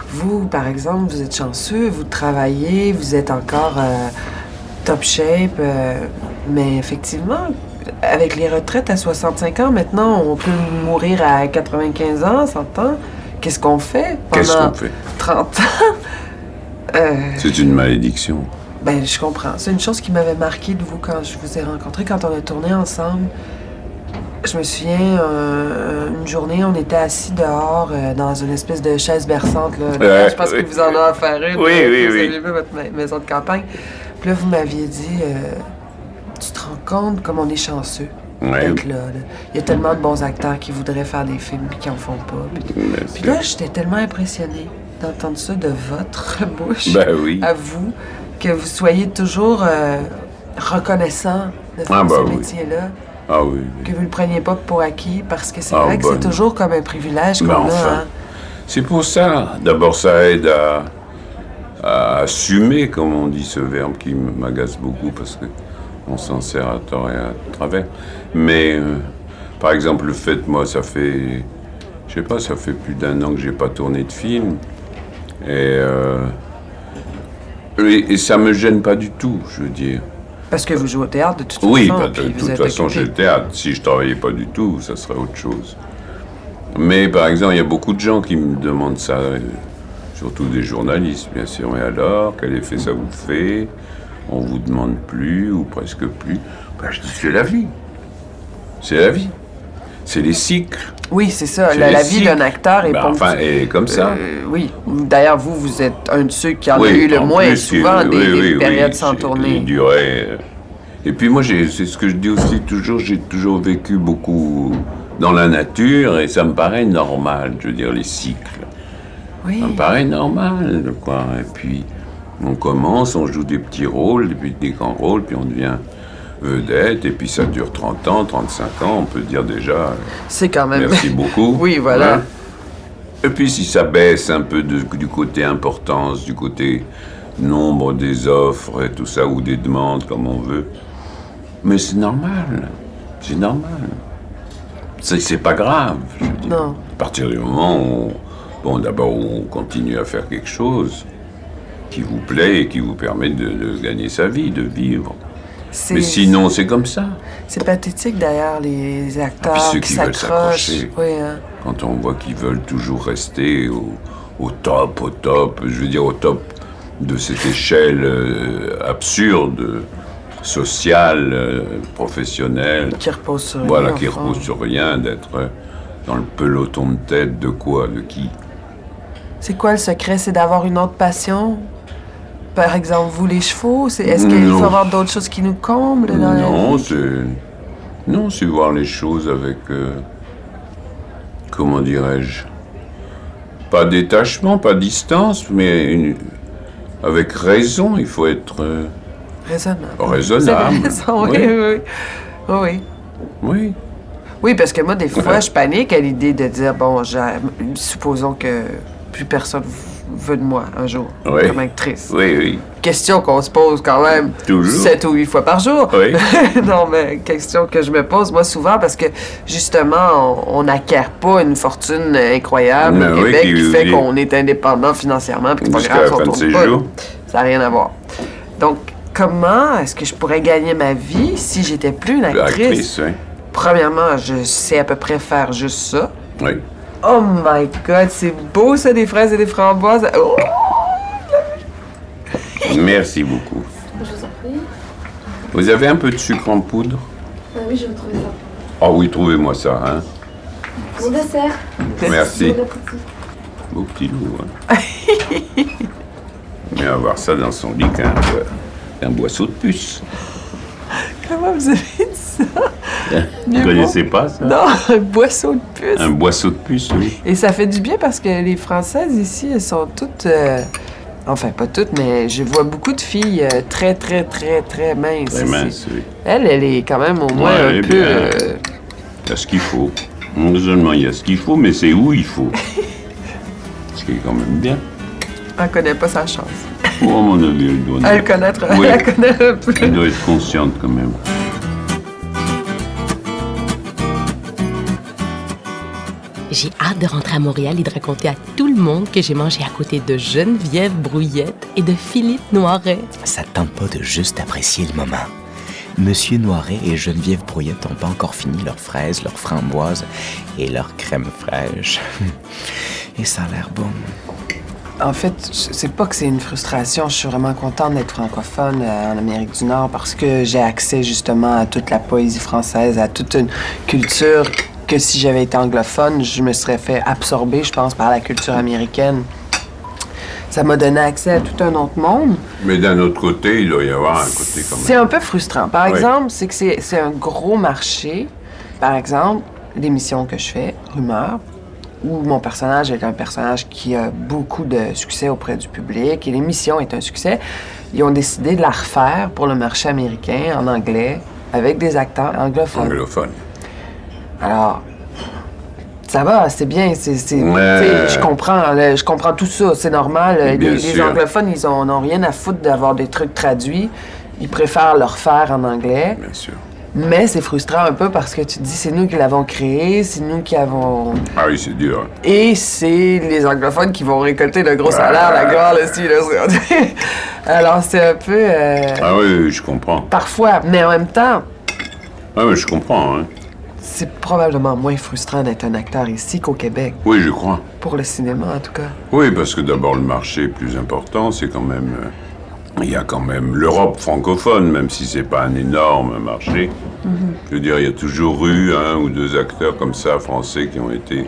Vous, par exemple, vous êtes chanceux, vous travaillez, vous êtes encore euh, top shape, euh, mais effectivement, avec les retraites à 65 ans, maintenant, on peut mourir à 95 ans, 100 ans. Qu'est-ce qu'on fait
Qu'est-ce
pendant
qu'on fait
30 ans? Euh,
C'est une malédiction.
Ben, je comprends. C'est une chose qui m'avait marqué de vous quand je vous ai rencontré, quand on a tourné ensemble. Je me souviens, euh, une journée, on était assis dehors euh, dans une espèce de chaise berçante. Là.
Ouais,
je pense
oui.
que vous en avez affaire une.
Oui,
là,
oui,
vous
oui.
avez vu votre ma- maison de campagne. Puis là, vous m'aviez dit euh, Tu te rends compte comme on est chanceux
Ouais.
d'être là, là. Il y a tellement de bons acteurs qui voudraient faire des films puis qui en font pas. Puis,
Mais
puis
c'est-
là, j'étais tellement impressionnée d'entendre ça de votre bouche
Ben oui.
à vous, que vous soyez toujours euh, reconnaissant de faire
Ah, bah
ce
oui.
métier-là,
Ah oui.
que
oui.
vous ne le preniez pas pour acquis, parce que c'est
Ah,
vrai que c'est
bonne.
toujours comme un privilège qu'on
Mais
a.
enfin.
hein.
C'est pour ça. D'abord, ça aide à, à assumer, comme on dit, ce verbe qui m'agace beaucoup parce que on s'en sert à tort et à travers. Mais euh, par exemple, le fait, moi, ça fait, je sais pas, ça fait plus d'un an que j'ai pas tourné de film et euh, et, et ça me gêne pas du tout, je veux dire.
Parce que vous jouez au théâtre de toute
Oui,
façon.
bah, de
puis vous
toute
êtes
façon,
occupé.
j'ai le théâtre. Si je travaillais pas du tout, ça serait autre chose. Mais par exemple, il y a beaucoup de gens qui me demandent ça, euh, surtout des journalistes, bien sûr. Et alors, quel effet ça vous fait On vous demande plus ou presque plus. Ben, je dis, c'est la vie. C'est la vie. C'est les cycles.
Oui, c'est ça.
C'est
La,
les
la vie
cycles.
d'un acteur est
Ben,
ponctuée-
enfin, et comme ça.
Ah, Euh, oui. D'ailleurs, vous, vous êtes un de ceux qui en a
Oui,
eu le
en
Ah, moins
plus,
souvent
oui,
des,
oui,
des
oui,
périodes
oui,
sans
j'ai- les
tournée.
durées, euh. Et puis moi, j'ai- c'est ce que je dis aussi toujours, j'ai toujours vécu beaucoup dans la nature et ça me paraît normal, je veux dire, les cycles.
Oui.
Ça me paraît normal, quoi. Et puis, on commence, on joue des petits rôles, puis des grands rôles, puis on devient vedette, et puis ça dure 30 ans, 35 ans, on peut dire déjà... euh,
C'est quand même.
Merci beaucoup.
Oui, voilà.
Hein? Et puis si ça baisse un peu de- du côté importance, du côté nombre des offres et tout ça, ou des demandes, comme on veut. Mais c'est normal. C'est normal. C'est c'est pas grave, je veux dire.
Non.
À partir du moment où, bon, d'abord, où on continue à faire quelque chose qui vous plaît et qui vous permet de- de gagner sa vie, de vivre.
C'est-
Mais sinon, c'est comme ça.
C'est pathétique d'ailleurs, les acteurs
Ah, puis ceux
qui
qui veulent
s'accrochent.
s'accrocher.
Oui, hein.
quand on voit qu'ils veulent toujours rester au, au top, au top, je veux dire au top de cette échelle euh, absurde, euh, sociale, euh, professionnelle,
Qui repose sur
voilà,
eux,
qui
enfin.
repose sur rien, d'être euh, dans le peloton de tête de quoi, de qui
C'est quoi le secret? C'est d'avoir une autre passion? Par exemple, vous, les chevaux? c'est- Est-ce qu'il
Non.
faut avoir d'autres choses qui nous comblent dans la
Non,
vie?
c'est. Non, c'est voir les choses avec. euh, comment dirais-je Pas détachement, pas distance, mais une- avec raison, il faut être. euh,
Raisonnable.
Raisonnable.
Vous avez raison, oui,
Oui.
oui, oui. oui. oui.
Oui.
Oui, parce que moi, des fois,
Ouais.
je panique à l'idée de dire, bon, j'ai- supposons que plus personne v- veut de moi un jour,
Ouais.
comme actrice.
Oui, oui.
Question qu'on se pose quand même
Toujours.
sept ou huit fois par jour.
Oui.
non, mais question que je me pose, moi, souvent, parce que, justement, on on n'acquiert pas une fortune incroyable
Ben
au
oui,
Québec
qui-
qui fait
qui-
qu'on est indépendant financièrement, puis que c'est
Jusqu'à
pas grave,
la
si on
fin de
tourne
ses
pas.
jours.
Ça n'a rien à voir. Donc, comment est-ce que je pourrais gagner ma vie si j'étais plus une actrice?
Actrice, oui.
Premièrement, je sais à peu près faire juste ça.
Oui.
Oh my God, c'est beau ça, des fraises et des framboises. Oh!
Merci beaucoup.
je vous en prie.
Vous avez un peu de sucre en poudre
Ah Euh, oui, je vais trouver ça.
Ah oui, trouvez-moi ça, hein.
Bon dessert.
Merci.
Bon appétit.
Beau petit loup, hein. Mais avoir ça dans son lit qu'un bois- qu'un boisseau de puce.
Comment vous avez dit ça?
Vous
Mieux
connaissez pas ça
Non, un boisseau de puce.
Un boisseau de puce, oui.
Et ça fait du bien parce que les Françaises ici, elles sont toutes. euh, Enfin, pas toutes, mais je vois beaucoup de filles euh, très, très, très, très minces.
Très
ici.
mince, oui.
Elle, elle est quand même au moins
Ouais, elle
un
est
peu.
bien.
euh,
Il y a ce qu'il faut. Non seulement il y a ce qu'il faut, mais c'est où il faut. ce qui est quand même bien.
elle connaît pas sa chance.
Oh, mon avis, elle doit,
Elle connaître,
Oui.
elle la connaît un peu.
elle doit être consciente quand même.
J'ai hâte de rentrer à Montréal et de raconter à tout le monde que j'ai mangé à côté de Geneviève Brouillette et de Philippe Noiret.
Ça te tente pas de juste apprécier le moment. Monsieur Noiret et Geneviève Brouillette n'ont pas encore fini leurs fraises, leurs framboises et leur crème fraîche. et ça a l'air bon.
En fait, je- c'est pas que c'est une frustration. Je suis vraiment contente d'être francophone euh, en Amérique du Nord parce que j'ai accès justement à toute la poésie française, à toute une culture que si j'avais été anglophone, je me serais fait absorber, je pense, par la culture américaine. Ça m'a donné accès à tout un autre monde.
Mais d'un autre côté, il doit y avoir un côté quand
C'est
même.
un peu frustrant. Par
Oui.
exemple, c'est que c'est c'est un gros marché. Par exemple, l'émission que je fais, Rumeur, où mon personnage est un personnage qui a beaucoup de succès auprès du public et l'émission est un succès. Ils ont décidé de la refaire pour le marché américain en anglais avec des acteurs anglophones.
Anglophone.
Alors, ça va, c'est bien, c'est, c'est-
Ouais.
tu sais, je comprends, là, je comprends tout ça, c'est normal. Les,
Bien
les
sûr.
anglophones, ils ont- n'ont rien à foutre d'avoir des trucs traduits. Ils préfèrent le refaire en anglais.
Bien sûr.
Mais c'est frustrant un peu parce que tu te dis, c'est nous qui l'avons créé, c'est nous qui avons...
Ah oui, c'est dur. hein.
Et c'est les anglophones qui vont récolter le gros salaire, la gloire, le ci, le ça. Alors c'est un peu... euh,
Ah oui, oui, je comprends.
Parfois, mais en même temps,
Ah oui, je comprends. hein.
c'est probablement moins frustrant d'être un acteur ici qu'au Québec,
Oui, je crois.
pour le cinéma en tout cas.
Oui, parce que d'abord, le marché est plus important, c'est quand même. euh, Il y a quand même l'Europe francophone, même si c'est pas un énorme marché.
Mhm.
Je veux dire, il y a toujours eu un ou deux acteurs comme ça, français, qui ont été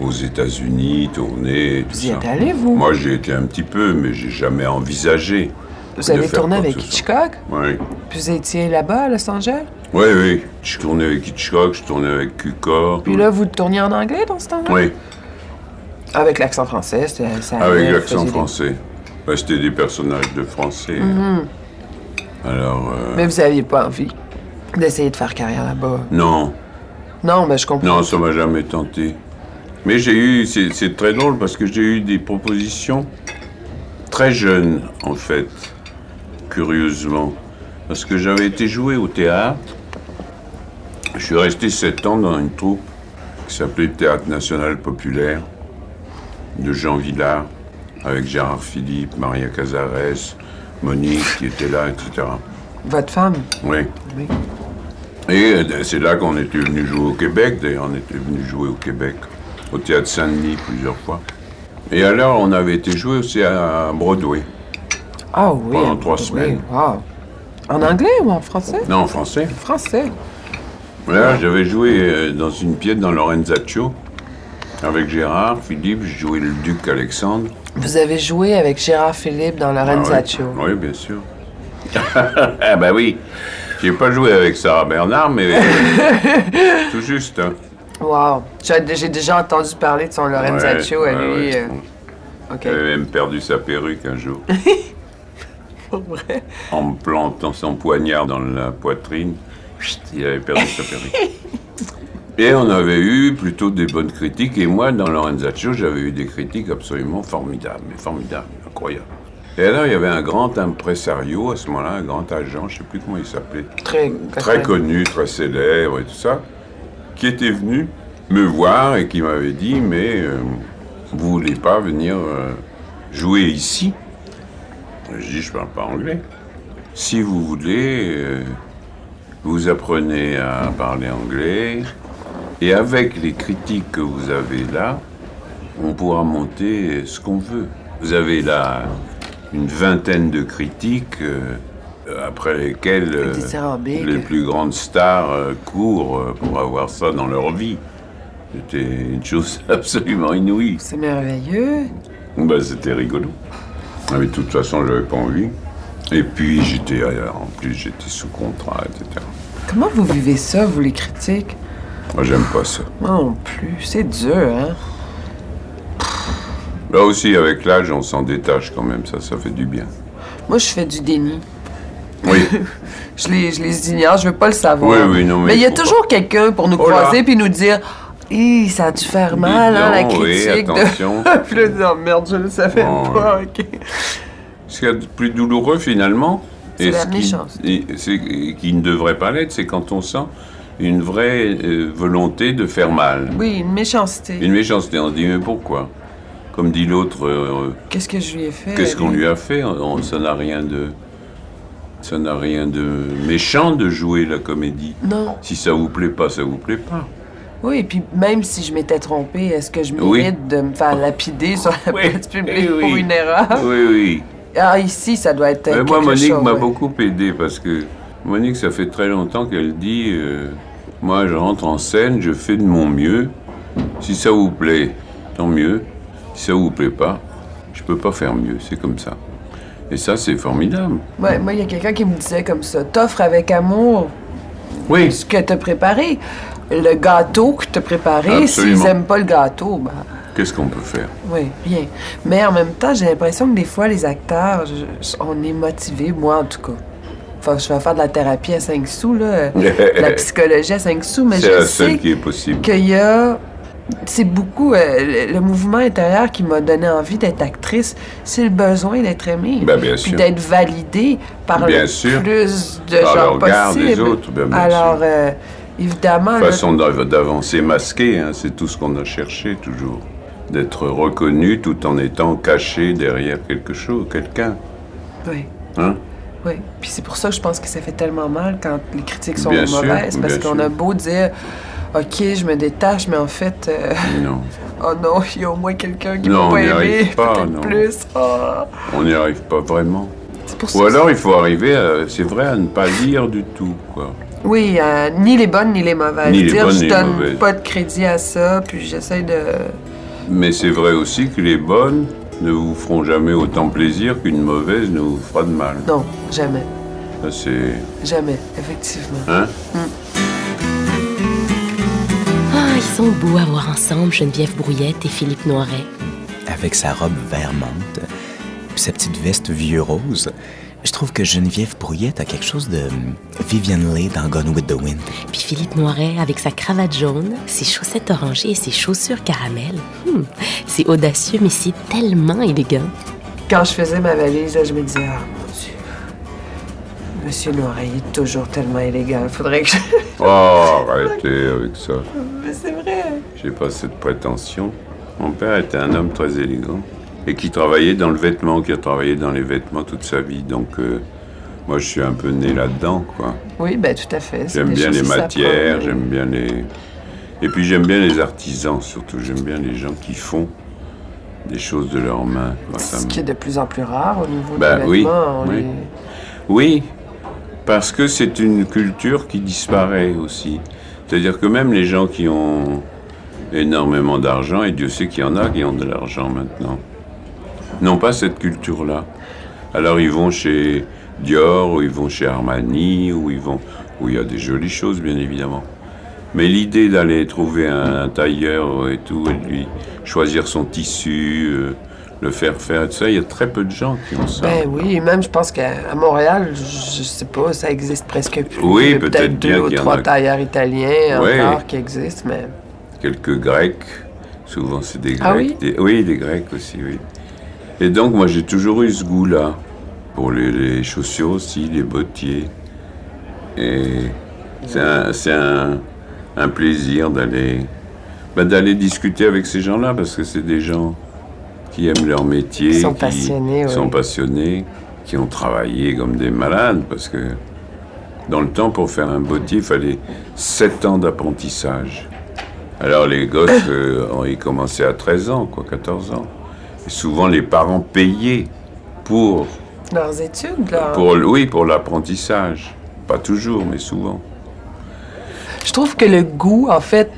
aux États-Unis, tournés, et tout
Vous y
ça.
êtes allé, vous?
Moi, j'ai été un petit peu, mais j'ai jamais envisagé.
Vous
de
avez
faire
tourné
quoi que ce
avec
soit.
Hitchcock,
Oui.
puis vous étiez là-bas à Los Angeles,
Oui, oui. Je tournais avec Hitchcock, je tournais avec Cucor.
puis là, vous tourniez en anglais dans ce temps-là?
Oui, Ah
Avec l'accent français, c'était- ça
avec
allait,
l'accent
faisait des-
français. Bah, C'était des personnages de français. Alors, euh,
Mais vous aviez pas envie d'essayer de faire carrière là-bas?
non.
Non, mais je comprends.
Non, ça m'a jamais tenté. Mais j'ai eu, c'est c'est très drôle parce que j'ai eu des propositions très jeunes, en fait, curieusement. Parce que j'avais été joué au théâtre. Je suis resté sept ans dans une troupe qui s'appelait le Théâtre National Populaire de Jean Villard, avec Gérard Philippe, Maria Cazares, Monique qui était là, etc.
Votre femme?
Oui.
Oui.
Et euh, c'est là qu'on était venu jouer au Québec. D'ailleurs, on était venu jouer au Québec, au Théâtre Saint-Denis plusieurs fois. Et alors, on avait été jouer aussi à Broadway.
Ah oui.
Pendant trois
oui,
semaines.
wow. En anglais ou en français?
Non, en français.
Français.
Là, j'avais joué euh, dans une pièce dans Lorenzaccio avec Gérard, Philippe, je jouais le duc Alexandre.
Vous avez joué avec Gérard Philippe dans Lorenzaccio.
Ah oui. oui, bien sûr. ah bah oui. J'ai pas joué avec Sarah Bernard, mais euh, tout juste. hein.
Wow. J'ai j'ai déjà entendu parler de son Lorenzaccio
Ouais,
à
ouais,
lui.
ouais.
euh, OK.
Elle avait même perdu sa perruque un jour.
Pour vrai.
en me plantant son poignard dans la poitrine, chut, il avait perdu sa perruque. Et on avait eu plutôt des bonnes critiques. Et moi, dans Lorenzaccio, j'avais eu des critiques absolument formidables, mais formidables, incroyables. Et alors, il y avait un grand impresario à ce moment-là, un grand agent, je ne sais plus comment il s'appelait,
Très,
très connu, très célèbre et tout ça, qui était venu me voir et qui m'avait dit Mais euh, vous voulez pas venir euh, jouer ici Je dis Je parle pas anglais. Si vous voulez, euh, vous apprenez à parler anglais et avec les critiques que vous avez là, on pourra monter ce qu'on veut. Vous avez là une vingtaine de critiques. euh, euh, après lesquelles euh,
Des sérambiques.
les plus grandes stars euh, courent euh, pour avoir ça dans leur vie. C'était une chose absolument inouïe.
C'est merveilleux.
Ben, c'était rigolo. Ah, Mais de toute façon, j'avais pas envie. Et puis, j'étais, euh, en plus, j'étais sous contrat, etc.
Comment vous vivez ça, vous les critiques?
Moi, j'aime pas ça.
Moi non plus. C'est dur, hein?
Là aussi, avec l'âge, on s'en détache quand même, ça, ça fait du bien.
Moi, je fais du déni.
Oui,
Je les, je les ignore, je veux pas le savoir.
Oui, oui, non, mais
il y a
faut pas.
toujours quelqu'un pour nous
Oh là.
croiser puis nous dire Hi, ça a dû faire
Dis
mal, hein, la
donc, oui,
critique.
attention.
de... puis là, je dis, oh, merde, je le savais
Bon,
pas, ok.
ce qu'il y a de plus douloureux, finalement,
C'est
et
la
ce qui-
méchance.
et c'est- et qui ne devrait pas l'être, c'est quand on sent une vraie euh, volonté de faire mal.
Oui, une méchanceté.
Une méchanceté, on se dit, mais pourquoi Comme dit l'autre, euh,
Qu'est-ce que je lui ai fait?
Qu'est-ce qu'on
lui
lui a fait On- Ça n'a rien de. Ça n'a rien de méchant de jouer la comédie.
Non.
Si ça vous plaît pas, ça vous plaît pas.
Oui, et puis même si je m'étais trompée, est-ce que je
Oui.
mérite de me faire lapider sur la
Oui,
place
eh
publique
oui.
pour une erreur?
Oui, oui.
Ah, ici, ça doit être.
Mais
quelque
moi, Monique
chose,
m'a
ouais.
beaucoup aidé parce que Monique, ça fait très longtemps qu'elle dit euh, Moi, je rentre en scène, je fais de mon mieux. Si ça vous plaît, tant mieux. Si ça vous plaît pas, je peux pas faire mieux. C'est comme ça. Et ça, c'est formidable.
Ouais, moi, il y a quelqu'un qui me disait comme ça T'offres avec amour
Oui.
ce que t'as préparé. Le gâteau que t'as préparé,
Absolument.
s'ils aiment pas le gâteau, ben,
Qu'est-ce qu'on peut faire
oui, rien. Mais en même temps, j'ai l'impression que des fois, les acteurs, je- je- on est motivés, moi en tout cas. Faut que je vais faire de la thérapie à 5 sous, là, de la psychologie à 5 sous, mais
C'est
je
la seule
sais
qui est possible.
qu'il y a. C'est beaucoup euh, le- le mouvement intérieur qui m'a donné envie d'être actrice. C'est le besoin d'être aimée.
Ben, bien
puis
sûr.
d'être validée par
Bien
le
sûr.
plus de
Par le
gens
regard des
Euh, possible.
autres, ben, bien
Alors,
sûr.
euh, évidemment, là,
façon d'av- d'avancer masqué, hein, c'est tout ce qu'on a cherché toujours. D'être reconnu tout en étant caché derrière quelque chose, quelqu'un.
oui,
Hein?
oui. Puis c'est pour ça que je pense que ça fait tellement mal quand les critiques sont
Bien sûr,
mauvaises, parce
bien
qu'on
sûr.
a beau dire, ok, je me détache, mais en fait, euh,
Non,
oh non, il y a au moins quelqu'un qui
Non,
m'a pas
on n'y arrive
aimé,
pas,
peut-être
non.
plus. Ah.
on n'y arrive pas vraiment.
C'est pour ça.
Ou
que-
alors il faut arriver, à- c'est vrai, à ne pas lire du tout, quoi.
Oui, euh, ni les bonnes ni les mauvaises.
Ni les
Dire
bonnes,
je
ni les
donne
mauvaises.
pas de crédit à ça, puis j'essaie de.
Mais c'est vrai aussi que les bonnes ne vous feront jamais autant plaisir qu'une mauvaise ne vous fera de mal.
Non, jamais,
Ça, c'est.
jamais, effectivement.
Hein?
Ah, ils sont beaux à voir ensemble, Geneviève Brouillette et Philippe Noiret.
avec sa robe vert menthe, puis sa petite veste vieux rose. Je trouve que Geneviève Brouillette a quelque chose de hum, Vivian Leigh dans Gone with the Wind.
Puis Philippe Noiret avec sa cravate jaune, ses chaussettes orangées et ses chaussures caramel. Hmm, c'est audacieux, mais c'est tellement élégant.
Quand je faisais ma valise, là, je me disais, ah mon Dieu, Monsieur Noiré est toujours tellement élégant, il faudrait que je.
Oh, arrêtez avec ça.
Mais c'est vrai.
J'ai pas cette prétention. Mon père était un homme très élégant et qui travaillait dans le vêtement, qui a travaillé dans les vêtements toute sa vie. Donc, euh, moi, je suis un peu né là-dedans, quoi.
Oui, ben tout à fait. c'est
J'aime
des
bien
choses
les
qui
matières,
s'apprennent.
j'aime bien les. Et puis, j'aime bien les artisans, surtout. J'aime bien les gens qui font des choses de leurs mains. quoi. Ça
Ce
me-
qui est de plus en plus rare au niveau
Ben
des
oui,
vêtements, on
oui.
les-
Oui, parce que c'est une culture qui disparaît aussi. C'est-à-dire que même les gens qui ont énormément d'argent, et Dieu sait qu'il y en a qui ont de l'argent maintenant, n'ont pas cette culture-là. Alors ils vont chez Dior, ou ils vont chez Armani, ou ils vont... où il y a des jolies choses, bien évidemment. Mais l'idée d'aller trouver un, un tailleur et tout, et de lui choisir son tissu, euh, le faire faire, tout ça, il y a très peu de gens qui ont ça.
Ben oui, et même je pense qu'à à Montréal, je je sais pas, ça existe presque plus.
Oui,
Il y a
peut-être bien
deux ou
qu'il y en
trois
a.
tailleurs italiens
Oui.
encore qui existent, mais
quelques Grecs. Souvent, c'est des Grecs.
Ah oui
des- oui, des Grecs aussi, oui. Et donc, moi, j'ai toujours eu ce goût-là. Pour les, les chaussures aussi, les bottiers. Et c'est un, c'est un- un plaisir d'aller ben, d'aller discuter avec ces gens-là, parce que c'est des gens qui aiment leur métier,
Qui sont passionnés, oui.
sont passionnés, qui ont travaillé comme des malades, parce que dans le temps, pour faire un bottier, il fallait 7 ans d'apprentissage. Alors les gosses, euh, ont- ils commençaient à 13 ans, quoi, 14 ans. Et souvent les parents payaient pour
Leurs études, leurs...
Pour, oui, pour l'apprentissage. Pas toujours, mais souvent.
Je trouve que le goût, en fait,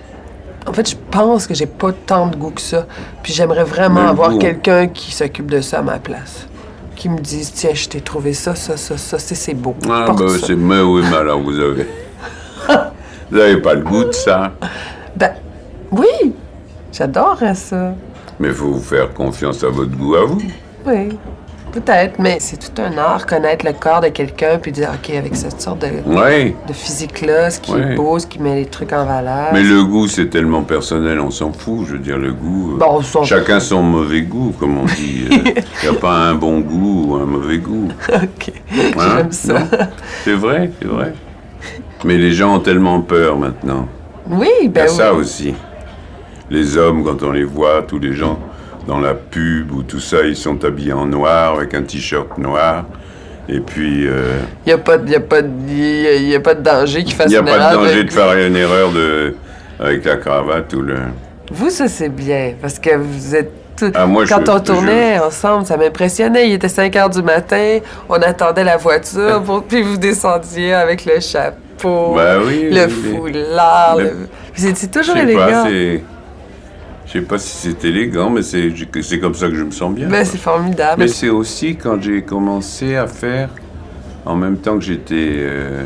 en fait, je pense que j'ai pas tant de goût que ça. Puis j'aimerais vraiment
Mais le
avoir
goût.
quelqu'un qui s'occupe de ça à ma place. Qui me dise, tiens, je t'ai trouvé ça, ça, ça, ça, c'est, c'est beau.
Ah,
Porte
ben,
ça.
c'est. Mais oui, mais alors vous avez. vous n'avez pas le goût de ça.
Ben, oui, j'adorerais ça.
Mais faut vous faire confiance à votre goût à vous.
Oui, peut-être, mais c'est tout un art, connaître le corps de quelqu'un, puis dire, OK, avec cette sorte de,
Oui.
de physique-là, ce qui
Ouais.
est beau, ce qui met les trucs en valeur.
Mais le goût, c'est tellement personnel, on s'en fout. Je veux dire, le goût. euh,
Bon, Bah, on s'en-
Chacun son mauvais goût, comme on dit. Il n'y a pas un bon goût ou un mauvais goût.
OK,
Hein?
j'aime ça.
Non C'est vrai, c'est vrai. Mais les gens ont tellement peur maintenant.
Oui,
Il y
ben
a
oui.
ça aussi. Les hommes, quand on les voit, tous les gens dans la pub ou tout ça, ils sont habillés en noir avec un t-shirt noir. Et puis, euh,
Il n'y a, pas de- y a, pas de- y a- y a pas de danger qui
il
fasse
n'y a
une
pas de
erreur
danger de faire une erreur de, avec la cravate ou le.
Vous, ça, c'est bien, parce que vous êtes tout...
Ah, moi, je-
Quand on
je-
tournait ensemble, ça m'impressionnait. Il était 5 heures du matin, on attendait la voiture, pour- puis vous descendiez avec le chapeau,
Ben oui, oui,
Oh, le
mais-
foulard.
mais-
le- Vous étiez
Je
toujours
sais
élégant.
pas, c'est. Je sais pas si c'est élégant, mais c'est c'est comme ça que je me sens bien.
Ben,
quoi.
c'est formidable.
Mais c'est aussi quand j'ai commencé à faire, en même temps que j'étais euh,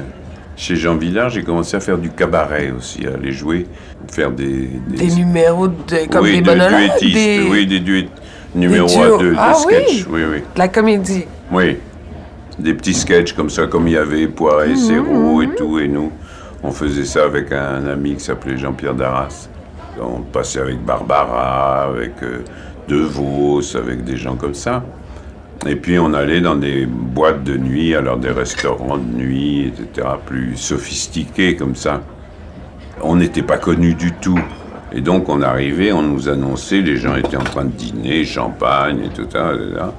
chez Jean Villard, j'ai commencé à faire du cabaret aussi, à aller jouer, faire des...
Des numéros de, comme
oui,
des
de
monologues,
duettistes,
des-
oui, des duets, numéros
duos.
à deux, des
Ah oui.
sketchs, oui, oui,
de la comédie.
oui. Des petits sketchs comme ça, comme il y avait Poiret, Serrault et tout, et nous, on faisait ça avec un ami qui s'appelait Jean-Pierre Darras. On passait avec Barbara, avec euh, De Vos, avec des gens comme ça. Et puis on allait dans des boîtes de nuit, alors des restaurants de nuit, etc., plus sophistiqués comme ça. On n'était pas connus du tout. Et donc on arrivait, on nous annonçait, les gens étaient en train de dîner, champagne et tout ça, et tout ça.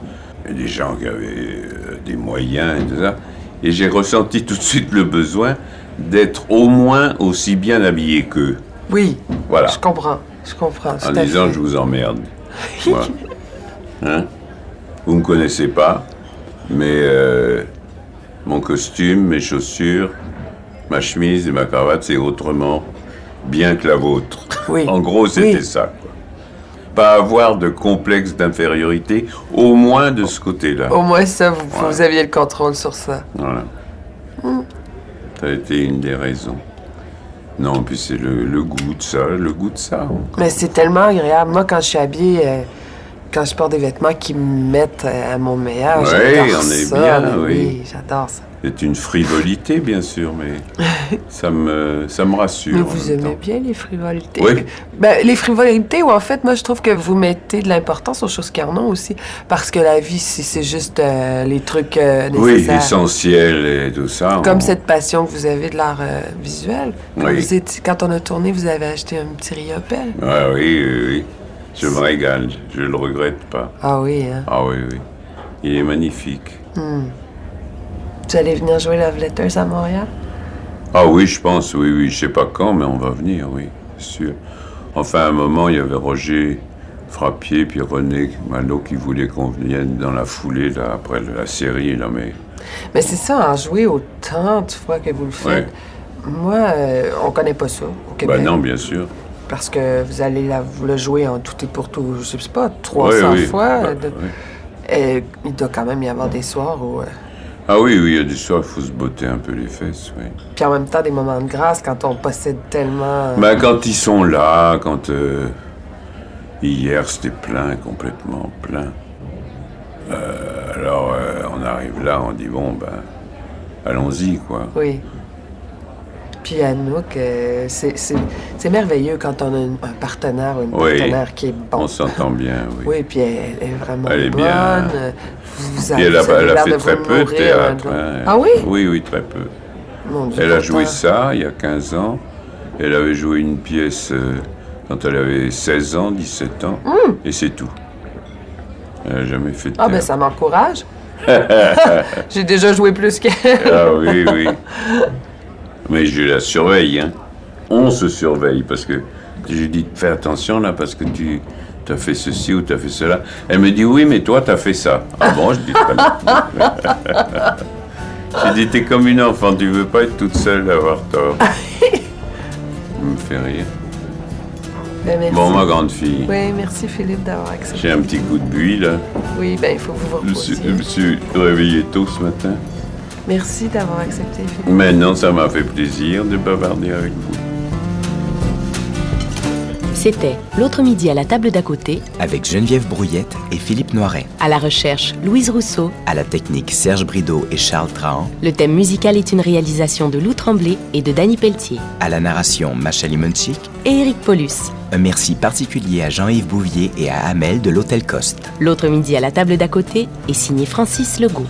Et des gens qui avaient euh, des moyens et tout ça. Et j'ai ressenti tout de suite le besoin d'être au moins aussi bien habillé qu'eux.
Oui,
Voilà.
je comprends, je comprends.
En
tout à
disant
fait.
je vous emmerde. Voilà. Hein Vous me connaissez pas, mais euh, mon costume, mes chaussures, ma chemise et ma cravate, c'est autrement bien que la vôtre.
Oui.
en gros, c'était
Oui.
ça. quoi. Pas avoir de complexe d'infériorité, au moins de ce côté-là.
Au moins ça, vous,
Ouais.
vous aviez le contrôle sur ça.
Voilà. Ça a été une des raisons. Non, puis c'est le, le goût de ça, le goût de ça. hein.
Mais c'est tellement agréable. Moi, quand je suis habillée, euh, quand je porte des vêtements qui me mettent euh, à mon meilleur,
Ouais,
j'adore
on est
ça,
bien,
mais
oui.
j'adore ça.
C'est une frivolité, bien sûr, mais ça me, ça me rassure.
Mais
en
vous
même
aimez
temps.
bien les frivolités.
Oui.
Ben, les frivolités, ou en fait, moi, je trouve que vous mettez de l'importance aux choses qui en ont aussi. Parce que la vie, si c'est juste euh, les trucs euh,
Oui,
nécessaires.
l'essentiel et tout ça. hein.
Comme
on-
cette passion que vous avez de l'art euh, visuel. Quand,
Oui.
vous étiez- quand on a tourné, vous avez acheté un petit riopelle.
Ah oui, oui, oui. Je me régale, je le regrette pas.
Ah oui, hein.
Ah oui, oui. Il est magnifique.
Vous allez venir jouer Love Letters à Montréal?
Ah oui, je pense, oui, oui. Je sais pas quand, mais on va venir, oui, c'est sûr. Enfin, à un moment, il y avait Roger Frappier, puis René Malo qui voulaient qu'on vienne dans la foulée, là, après la série, là, mais...
Mais c'est ça, en jouer autant de fois que vous le faites.
Ouais.
Moi, euh, on connaît pas ça au
Bah
Québec.
non, bien sûr.
Parce que vous allez la- le jouer en tout et pour tout, je sais pas,
Oui,
300
oui.
fois.
Bah,
de-
oui.
Et il doit quand même y avoir des soirs où. euh,
Ah oui, oui, il y a des soirs, il faut se botter un peu les fesses, oui.
Puis en même temps, des moments de grâce quand on possède tellement. euh,
Ben, quand ils sont là, quand... euh, hier, c'était plein, complètement plein. Euh, alors, euh, on arrive là, on dit, bon, ben, allons-y, quoi.
Oui. Puis Anouk, euh, c'est- c'est c'est merveilleux quand on a une- un partenaire ou une
Oui.
partenaire qui est bon.
On s'entend bien, oui.
Oui, puis elle, elle est vraiment
Elle est
bonne.
bien.
euh, Vous, vous
Puis elle a,
avez
elle a
l'air
fait
de
très
vous
peu de
nourrir,
théâtre.
hein.
hein.
Ah oui?
Oui, oui, très peu.
Mon Dieu,
Elle a
pourtant.
joué ça il y a 15 ans. Elle avait joué une pièce euh, quand elle avait 16 ans, 17 ans. Et c'est tout. Elle n'a jamais fait de
Hum. Ah ben
théâtre.
ça m'encourage. J'ai déjà joué plus qu'elle.
Ah oui, oui. Mais je la surveille, hein. On se surveille parce que je lui dis fais attention là parce que tu t'as fait ceci ou t'as fait cela. Elle me dit, oui, mais toi, t'as fait ça. Ah bon, je dis, Pas J'ai dit, t'es comme une enfant, tu veux pas être toute seule à avoir tort. Ça me fait rire.
Ben, merci.
Bon, ma grande fille,
Oui, merci Philippe d'avoir accepté.
j'ai un petit coup de buis, là.
Oui, ben il faut que vous vous
Je me suis-
reposiez.
je me suis réveillé tôt ce matin.
Merci d'avoir accepté Philippe.
Mais non, ça m'a fait plaisir de bavarder avec vous.
C'était L'autre midi à la table d'à côté,
Avec Geneviève Brouillette et Philippe Noiret.
à la recherche Louise Rousseau.
À la technique Serge Brideau et Charles Trahan.
Le thème musical est une réalisation de Lou Tremblay et de Danny Pelletier.
À la narration Macha Limonchik.
Et Eric Paulus.
Un merci particulier à Jean-Yves Bouvier et à Amel de l'Hôtel Coste.
L'autre midi à la table d'à côté est signé Francis Legault.